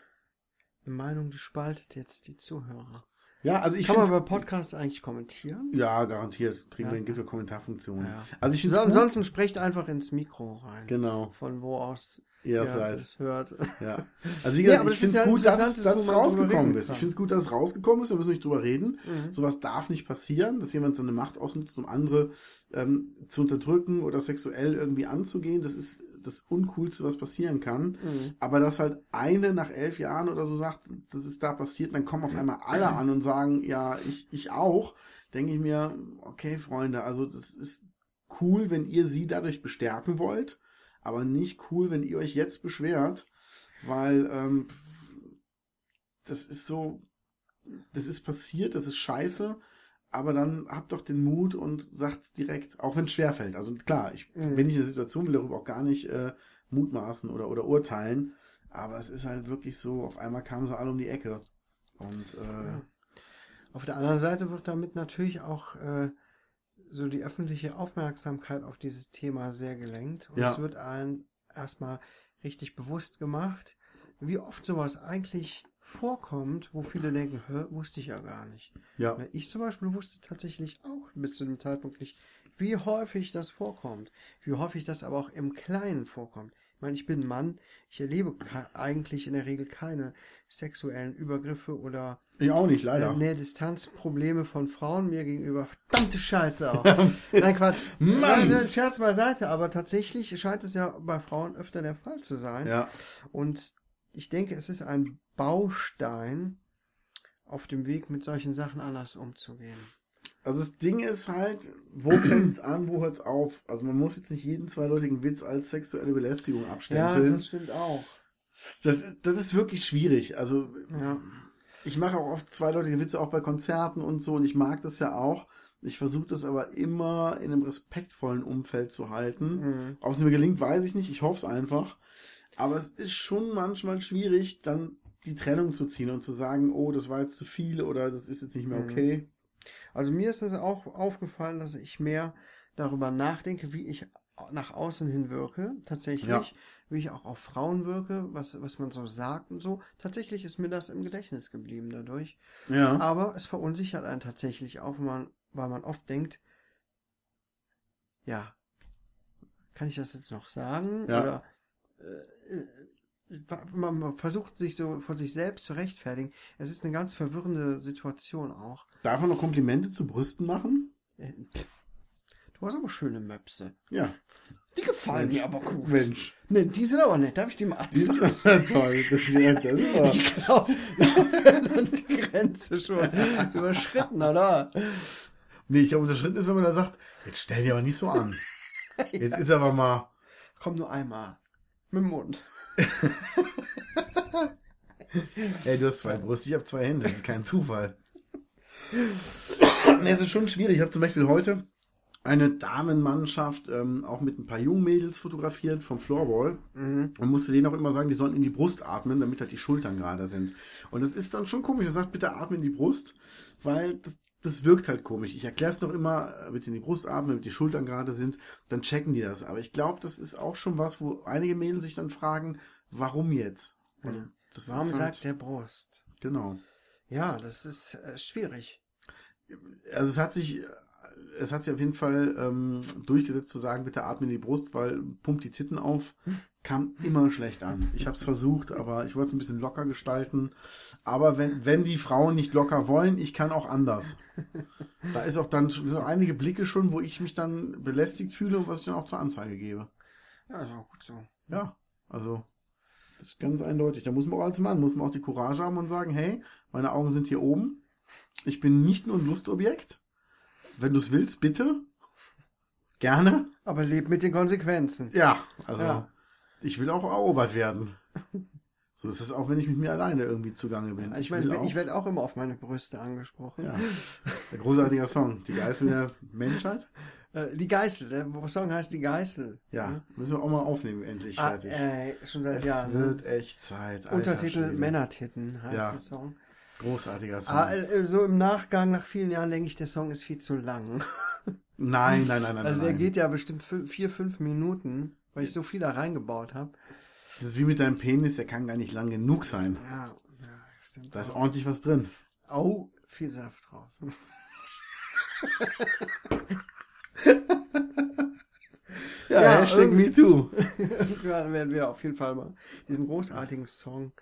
Speaker 1: eine Meinung, die spaltet jetzt die Zuhörer.
Speaker 2: Ja, also ich
Speaker 1: kann man
Speaker 2: finde
Speaker 1: bei Podcasts eigentlich kommentieren?
Speaker 2: ja, garantiert, kriegen
Speaker 1: Ja.
Speaker 2: wir, gibt ja Kommentarfunktionen.
Speaker 1: Ja.
Speaker 2: Also ich
Speaker 1: So,
Speaker 2: finde
Speaker 1: ansonsten sprecht einfach ins Mikro rein.
Speaker 2: Genau,
Speaker 1: Von wo aus
Speaker 2: ihr
Speaker 1: ihr
Speaker 2: seid.
Speaker 1: das hört.
Speaker 2: Ja. Also wie
Speaker 1: Ja,
Speaker 2: gesagt,
Speaker 1: aber
Speaker 2: ich
Speaker 1: das ist
Speaker 2: finde
Speaker 1: ja
Speaker 2: es gut, dass,
Speaker 1: interessant, dass
Speaker 2: es- dass es
Speaker 1: man darüber
Speaker 2: rausgekommen
Speaker 1: reden
Speaker 2: ist. Ich
Speaker 1: kann.
Speaker 2: finde es gut, dass es rausgekommen ist, da müssen wir nicht drüber reden.
Speaker 1: Mhm.
Speaker 2: Sowas darf nicht passieren, dass jemand seine Macht ausnutzt, um andere ähm, zu unterdrücken oder sexuell irgendwie anzugehen. Das ist das Uncoolste, was passieren kann.
Speaker 1: Mhm.
Speaker 2: Aber dass halt eine nach elf Jahren oder so sagt, das ist da passiert, und dann kommen auf einmal alle an und sagen, ja, ich, ich auch, denke ich mir, okay, Freunde, also das ist cool, wenn ihr sie dadurch bestärken wollt, aber nicht cool, wenn ihr euch jetzt beschwert, weil ähm, pff, das ist so, das ist passiert, das ist scheiße, aber dann habt doch den Mut und sagt's direkt, auch wenn es schwerfällt. Also klar, ich
Speaker 1: Mhm.
Speaker 2: bin nicht in der Situation, will darüber auch gar nicht äh, mutmaßen oder, oder urteilen, aber es ist halt wirklich so, auf einmal kamen sie alle um die Ecke. Und äh,
Speaker 1: Ja. Auf der anderen Seite wird damit natürlich auch äh, so die öffentliche Aufmerksamkeit auf dieses Thema sehr gelenkt. Und
Speaker 2: Ja.
Speaker 1: es wird allen erstmal richtig bewusst gemacht, wie oft sowas eigentlich vorkommt, wo viele denken, Hä, wusste ich ja gar nicht.
Speaker 2: ja.
Speaker 1: Ne, Ich zum Beispiel wusste tatsächlich auch bis zu dem Zeitpunkt nicht, wie häufig das vorkommt, wie häufig das aber auch im Kleinen vorkommt. Ich meine, ich bin ein Mann, ich erlebe ke- eigentlich in der Regel keine sexuellen Übergriffe oder
Speaker 2: Ich auch nicht, leider.
Speaker 1: ähm, nee, Distanzprobleme von Frauen mir gegenüber. Verdammte Scheiße auch. Nein, Quatsch.
Speaker 2: Mann!
Speaker 1: Nein, Scherz beiseite, aber tatsächlich scheint es ja bei Frauen öfter der Fall zu sein.
Speaker 2: Ja.
Speaker 1: Und ich denke, es ist ein Baustein auf dem Weg, mit solchen Sachen anders umzugehen.
Speaker 2: Also das Ding ist halt, wo fängt's an, wo hört's auf? Also man muss jetzt nicht jeden zweideutigen Witz als sexuelle Belästigung abstempeln. das,
Speaker 1: stimmt auch.
Speaker 2: das, ist wirklich schwierig. Also
Speaker 1: Ja.
Speaker 2: ich mache auch oft zweideutige Witze auch bei Konzerten und so und ich mag das ja auch. Ich versuche das aber immer in einem respektvollen Umfeld zu halten.
Speaker 1: Mhm.
Speaker 2: Ob es mir gelingt, weiß ich nicht. Ich hoffe es einfach. Aber es ist schon manchmal schwierig, dann die Trennung zu ziehen und zu sagen, oh, das war jetzt zu viel oder das ist jetzt nicht mehr
Speaker 1: Mhm.
Speaker 2: okay.
Speaker 1: Also mir ist es auch aufgefallen, dass ich mehr darüber nachdenke, wie ich nach außen hin wirke, tatsächlich,
Speaker 2: Ja.
Speaker 1: wie ich auch auf Frauen wirke, was, was man so sagt und so. Tatsächlich ist mir das im Gedächtnis geblieben dadurch.
Speaker 2: Ja.
Speaker 1: Aber es verunsichert einen tatsächlich auch, wenn man, weil man oft denkt, ja, kann ich das jetzt noch sagen?
Speaker 2: Ja.
Speaker 1: Oder äh, man man versucht sich so von sich selbst zu rechtfertigen. Es ist eine ganz verwirrende Situation auch.
Speaker 2: Darf man noch Komplimente zu Brüsten machen?
Speaker 1: Äh, pff. Du hast aber schöne Möpse.
Speaker 2: Ja.
Speaker 1: Die gefallen
Speaker 2: Mensch.
Speaker 1: mir aber gut.
Speaker 2: Mensch.
Speaker 1: Ne, die sind aber nett. Darf ich die mal
Speaker 2: Die
Speaker 1: anfassen?
Speaker 2: sind das ist toll. Das ist ja, das ist aber-
Speaker 1: Ich glaube, die Grenze schon überschritten, oder?
Speaker 2: nee, ich glaube, unterschritten ist, wenn man da sagt, jetzt stell dir aber nicht so an. Jetzt ist aber mal.
Speaker 1: Komm nur einmal. Mit dem Mund.
Speaker 2: Ey, du hast zwei Brüste, ich habe zwei Hände. Das ist kein Zufall. nee, es ist schon schwierig. Ich habe zum Beispiel heute eine Damenmannschaft ähm, auch mit ein paar jungen Mädels fotografiert vom Floorball. Man musste denen auch immer sagen, die sollen in die Brust atmen, damit halt die Schultern gerade sind. Und das ist dann schon komisch. Er sagt, bitte atme in die Brust, weil das, das wirkt halt komisch. Ich erkläre es doch immer, äh, bitte in die Brust atmen, damit die Schultern gerade sind. Dann checken die das. Aber ich glaube, das ist auch schon was, wo einige Mädels sich dann fragen, warum jetzt? Und
Speaker 1: Ja.
Speaker 2: Das
Speaker 1: Warum
Speaker 2: ist halt,
Speaker 1: sagt der Brust?
Speaker 2: Genau.
Speaker 1: Ja, das ist äh, schwierig.
Speaker 2: Also es hat sich äh, es hat sich auf jeden Fall ähm, durchgesetzt zu sagen, bitte atme in die Brust, weil pumpt die Titten auf. Kam immer schlecht an. Ich habe es versucht, aber ich wollte es ein bisschen locker gestalten. Aber wenn, wenn die Frauen nicht locker wollen, ich kann auch anders. Da ist auch dann sind auch einige Blicke schon, wo ich mich dann belästigt fühle und was ich dann auch zur Anzeige gebe.
Speaker 1: Ja, ist auch gut so.
Speaker 2: Ja, also das ist ganz eindeutig. Da muss man auch als Mann, muss man auch die Courage haben und sagen, hey, meine Augen sind hier oben. Ich bin nicht nur ein Lustobjekt. Wenn du es willst, bitte. Gerne.
Speaker 1: Aber leb mit den Konsequenzen.
Speaker 2: Ja, also
Speaker 1: Ja.
Speaker 2: ich will auch erobert werden. So ist es auch, wenn ich mit mir alleine irgendwie zugange bin.
Speaker 1: Ich, mein,
Speaker 2: will auch-
Speaker 1: ich werde auch immer auf meine Brüste angesprochen.
Speaker 2: ja. Ein großartiger Song. Die Geißel der Menschheit.
Speaker 1: Äh, die Geißel, der Song heißt Die Geißel. Hm?
Speaker 2: Ja, müssen wir auch mal aufnehmen, endlich
Speaker 1: Ah,
Speaker 2: fertig.
Speaker 1: ey, schon seit
Speaker 2: es
Speaker 1: Jahren. ne?
Speaker 2: wird echt Zeit. alter
Speaker 1: Untertitel
Speaker 2: Schwede.
Speaker 1: Männertitten heißt
Speaker 2: Ja.
Speaker 1: der Song.
Speaker 2: Großartiger Song.
Speaker 1: Ah, äh, so im Nachgang, nach vielen Jahren, denke ich, der Song ist viel zu lang.
Speaker 2: nein, nein, nein, nein.
Speaker 1: Also der
Speaker 2: nein.
Speaker 1: geht ja bestimmt fü- vier, fünf Minuten, weil ich so viel da reingebaut habe.
Speaker 2: Das ist wie mit deinem Penis, der kann gar nicht lang genug sein.
Speaker 1: Ja, ja, stimmt.
Speaker 2: Da ist ordentlich was drin.
Speaker 1: Au, viel Saft drauf.
Speaker 2: Ja,
Speaker 1: Hashtag
Speaker 2: MeToo.
Speaker 1: Irgendwann werden wir auf jeden Fall mal diesen großartigen Song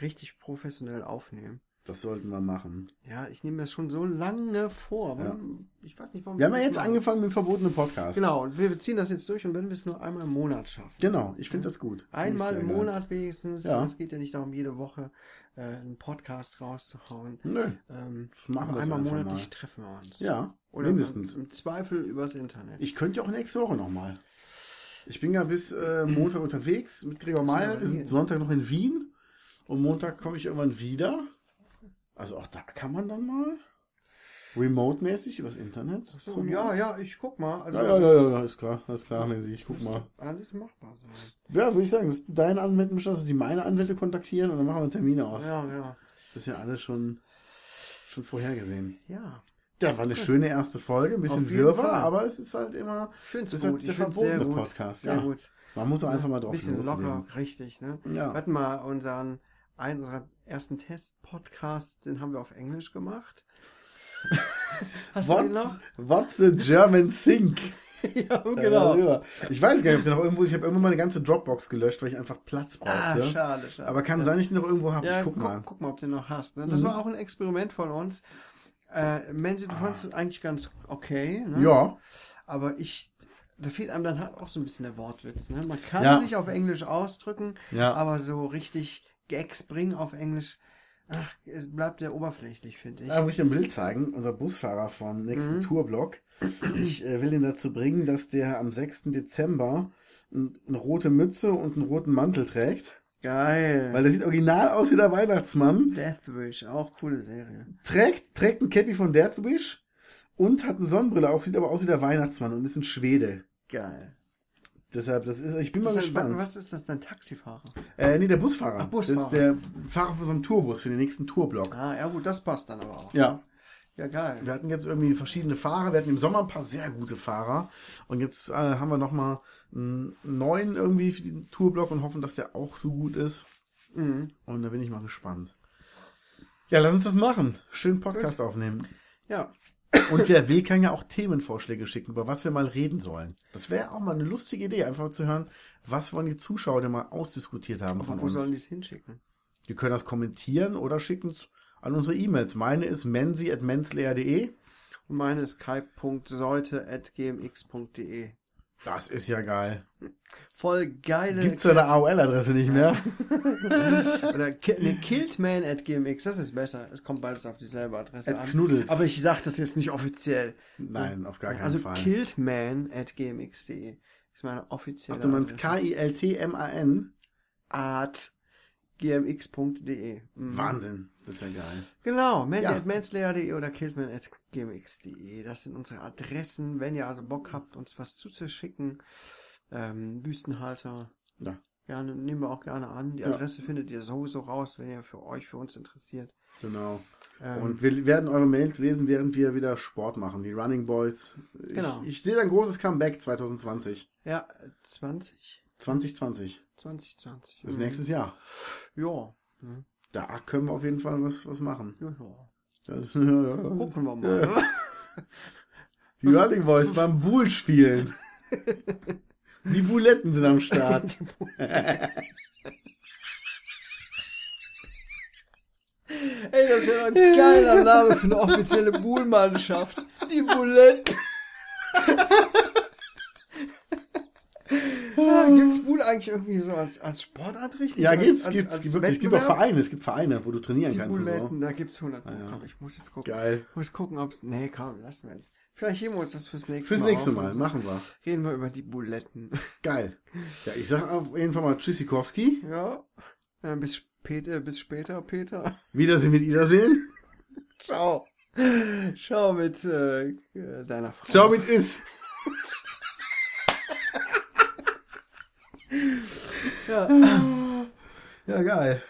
Speaker 1: richtig professionell aufnehmen.
Speaker 2: Das sollten wir machen.
Speaker 1: Ja, ich nehme mir das schon so lange vor.
Speaker 2: Ja.
Speaker 1: Ich weiß nicht, warum
Speaker 2: Wir haben
Speaker 1: das
Speaker 2: ja
Speaker 1: nicht
Speaker 2: jetzt
Speaker 1: machen.
Speaker 2: angefangen mit dem verbotenen Podcast.
Speaker 1: Genau, und wir ziehen das jetzt durch und wenn wir es nur einmal im Monat schaffen.
Speaker 2: Genau, ich finde das gut. Find ich
Speaker 1: Einmal
Speaker 2: sehr
Speaker 1: im
Speaker 2: geil.
Speaker 1: Monat wenigstens.
Speaker 2: Ja.
Speaker 1: Es geht ja nicht darum, jede Woche äh, einen Podcast rauszuhauen.
Speaker 2: Nö.
Speaker 1: Ähm,
Speaker 2: Machen wir
Speaker 1: einmal
Speaker 2: das einfach
Speaker 1: monatlich
Speaker 2: mal.
Speaker 1: treffen wir uns.
Speaker 2: Ja,
Speaker 1: Oder
Speaker 2: mindestens.
Speaker 1: Im, im Zweifel übers Internet.
Speaker 2: Ich könnte ja auch nächste Woche nochmal. Ich bin ja bis äh, Montag unterwegs mit Gregor Meier. Wir sind Sonntag noch in Wien. Und Montag komme ich irgendwann wieder. Also auch da kann man dann mal. Remote-mäßig übers Internet.
Speaker 1: so, ja, ja, ich guck mal. Also,
Speaker 2: Ja, ja, ja, ja, ja, ist klar, ist klar, Nancy, ich guck mal.
Speaker 1: Alles machbar sein.
Speaker 2: Ja, würde ich sagen, dass du deine Anwälte bestimmt, dass die meine Anwälte kontaktieren und dann machen wir Termine aus.
Speaker 1: Ja, ja.
Speaker 2: Das ist ja alles schon, schon vorhergesehen.
Speaker 1: Ja.
Speaker 2: Ja, war eine schöne erste Folge, ein bisschen
Speaker 1: Auf jeden
Speaker 2: wirrwarr,
Speaker 1: Fall.
Speaker 2: aber es ist halt immer,
Speaker 1: Ich finde
Speaker 2: Das
Speaker 1: es
Speaker 2: hat
Speaker 1: gut.
Speaker 2: der
Speaker 1: Ich find's
Speaker 2: verbotene
Speaker 1: sehr gut.
Speaker 2: Podcast,
Speaker 1: sehr
Speaker 2: ja.
Speaker 1: gut.
Speaker 2: man muss doch einfach mal drauf
Speaker 1: Bisschen
Speaker 2: loslegen.
Speaker 1: locker, richtig, ne?
Speaker 2: Ja.
Speaker 1: Wir hatten mal unseren, einen unserer ersten Test-Podcasts, den haben wir auf Englisch gemacht. Hast du den
Speaker 2: What's,
Speaker 1: noch? Genau.
Speaker 2: what's the German Sink?
Speaker 1: ja,
Speaker 2: Äh, ja. Ich weiß gar nicht, ob der noch irgendwo, ich habe irgendwann meine ganze Dropbox gelöscht, weil ich einfach Platz
Speaker 1: Ah,
Speaker 2: brauchte.
Speaker 1: schade, schade.
Speaker 2: aber kann sein, dass ich den noch irgendwo habe.
Speaker 1: ja,
Speaker 2: ich guck mal. Mhm.
Speaker 1: ob du den noch hast. Ne? Das war auch ein Experiment von uns. Äh, Menzi, du fandest es eigentlich ganz okay. Ne?
Speaker 2: Ja,
Speaker 1: Aber ich, da fehlt einem dann halt auch so ein bisschen der Wortwitz. Ne? Man kann
Speaker 2: Ja.
Speaker 1: sich auf Englisch ausdrücken,
Speaker 2: Ja.
Speaker 1: aber so richtig Gags bringen auf Englisch, ach, es bleibt sehr oberflächlich, finde ich.
Speaker 2: Da muss ich ein Bild zeigen. Unser Busfahrer vom
Speaker 1: Mhm.
Speaker 2: nächsten Tourblock. Ich äh, will ihn dazu bringen, dass der am 6. Dezember ein, eine rote Mütze und einen roten Mantel trägt.
Speaker 1: Geil.
Speaker 2: Weil der sieht original aus wie der Weihnachtsmann.
Speaker 1: Deathwish, auch coole Serie.
Speaker 2: Trägt, trägt ein Cappy von Deathwish und hat eine Sonnenbrille auf, sieht aber aus wie der Weihnachtsmann und ist ein Schwede.
Speaker 1: Geil.
Speaker 2: Deshalb, das ist, ich bin
Speaker 1: Das
Speaker 2: mal
Speaker 1: ist ein,
Speaker 2: gespannt.
Speaker 1: wa- was ist das denn? Taxifahrer?
Speaker 2: Äh, nee, der Busfahrer.
Speaker 1: Ach, Busfahrer.
Speaker 2: Das ist der Fahrer von so einem Tourbus für den nächsten Tourblock.
Speaker 1: Ah, ja gut, das passt dann aber auch. ne?
Speaker 2: Ja.
Speaker 1: Ja, geil.
Speaker 2: Wir hatten jetzt irgendwie verschiedene Fahrer. Wir hatten im Sommer ein paar sehr gute Fahrer. Und jetzt äh, haben wir nochmal einen neuen irgendwie für den Tourblock und hoffen, dass der auch so gut ist.
Speaker 1: Mhm.
Speaker 2: Und da bin ich mal gespannt. Ja, lass uns das machen. Schönen Podcast aufnehmen.
Speaker 1: Ja,
Speaker 2: Und wer will, kann ja auch Themenvorschläge schicken, über was wir mal reden sollen. Das wäre auch mal eine lustige Idee, einfach zu hören, was wollen die Zuschauer denn mal ausdiskutiert haben von
Speaker 1: aber wo
Speaker 2: uns.
Speaker 1: sollen die es hinschicken?
Speaker 2: Die können das kommentieren oder schicken es an unsere E-Mails. Meine ist mensi.menslayer.de.
Speaker 1: Und meine ist kai.seute.gmx.de.
Speaker 2: Das ist ja geil.
Speaker 1: Voll geile.
Speaker 2: Gibt's ja eine AOL-Adresse nicht mehr?
Speaker 1: Oder ki- nee, Killedman at GMX, das ist besser. Es kommt beides auf dieselbe Adresse
Speaker 2: At
Speaker 1: an.
Speaker 2: Knuddels.
Speaker 1: Aber ich sage das jetzt nicht offiziell.
Speaker 2: Nein, auf gar keinen
Speaker 1: also
Speaker 2: Fall.
Speaker 1: Killedman at GMX.de ist meine offizielle
Speaker 2: Ach, du meinst
Speaker 1: Adresse.
Speaker 2: K-I-L-T-M-A-N?
Speaker 1: Art gmx.de. Mhm.
Speaker 2: Wahnsinn. Das ist ja geil.
Speaker 1: Genau, Mansley
Speaker 2: Ja.
Speaker 1: at manslayer.de oder Killedman at gmx.de. E. Das sind unsere Adressen, wenn ihr also Bock habt, uns was zuzuschicken. Ähm, Wüstenhalter,
Speaker 2: Ja.
Speaker 1: gerne, nehmen wir auch gerne an. Die
Speaker 2: Ja.
Speaker 1: Adresse findet ihr sowieso raus, wenn ihr für euch, für uns interessiert.
Speaker 2: Genau.
Speaker 1: Ähm,
Speaker 2: Und wir werden eure Mails lesen, während wir wieder Sport machen. Die Running Boys. Ich,
Speaker 1: Genau.
Speaker 2: ich sehe da ein großes Comeback 2020.
Speaker 1: Ja, 20?
Speaker 2: 2020.
Speaker 1: 2020.
Speaker 2: Das
Speaker 1: Mhm.
Speaker 2: nächstes Jahr.
Speaker 1: Ja. Mhm.
Speaker 2: Da können wir auf jeden Fall was, was machen.
Speaker 1: ja, ja.
Speaker 2: Gucken
Speaker 1: Gucken wir mal.
Speaker 2: Ja. Die Rolling Boys beim Bull spielen. Die Buletten sind am Start.
Speaker 3: Ey, das ist ja ein geiler Name für eine offizielle Buhlmannschaft. Die Buletten.
Speaker 1: Ah, gibt's Buhl eigentlich irgendwie so als, als Sportart richtig?
Speaker 2: Ja,
Speaker 1: Als-
Speaker 2: gibt's,
Speaker 1: als-
Speaker 2: gibt's,
Speaker 1: als
Speaker 2: gibt's wirklich. Es gibt auch
Speaker 1: Wettbewerb?
Speaker 2: Vereine, es gibt Vereine, wo du trainieren
Speaker 1: Die
Speaker 2: kannst und so.
Speaker 1: Buletten, da gibt's 100.
Speaker 2: Ah, ja.
Speaker 1: Komm, ich muss jetzt gucken.
Speaker 2: Geil.
Speaker 1: Ich muss gucken, ob's, nee, komm, lassen wir jetzt. Vielleicht heben wir uns das fürs nächste
Speaker 2: Fürs
Speaker 1: Mal.
Speaker 2: nächste
Speaker 1: auf.
Speaker 2: Mal, machen wir.
Speaker 1: Reden wir über die Buletten.
Speaker 2: Geil. Ja, ich sag auf jeden Fall mal Tschüssikowski.
Speaker 1: ja. Äh, bis später, bis später, Peter.
Speaker 2: Wiedersehen mit Wiedersehen.
Speaker 1: Ciao. Ciao mit äh, äh, deiner Frau.
Speaker 2: Ciao mit Is.
Speaker 1: Ja.
Speaker 2: Ja, geil.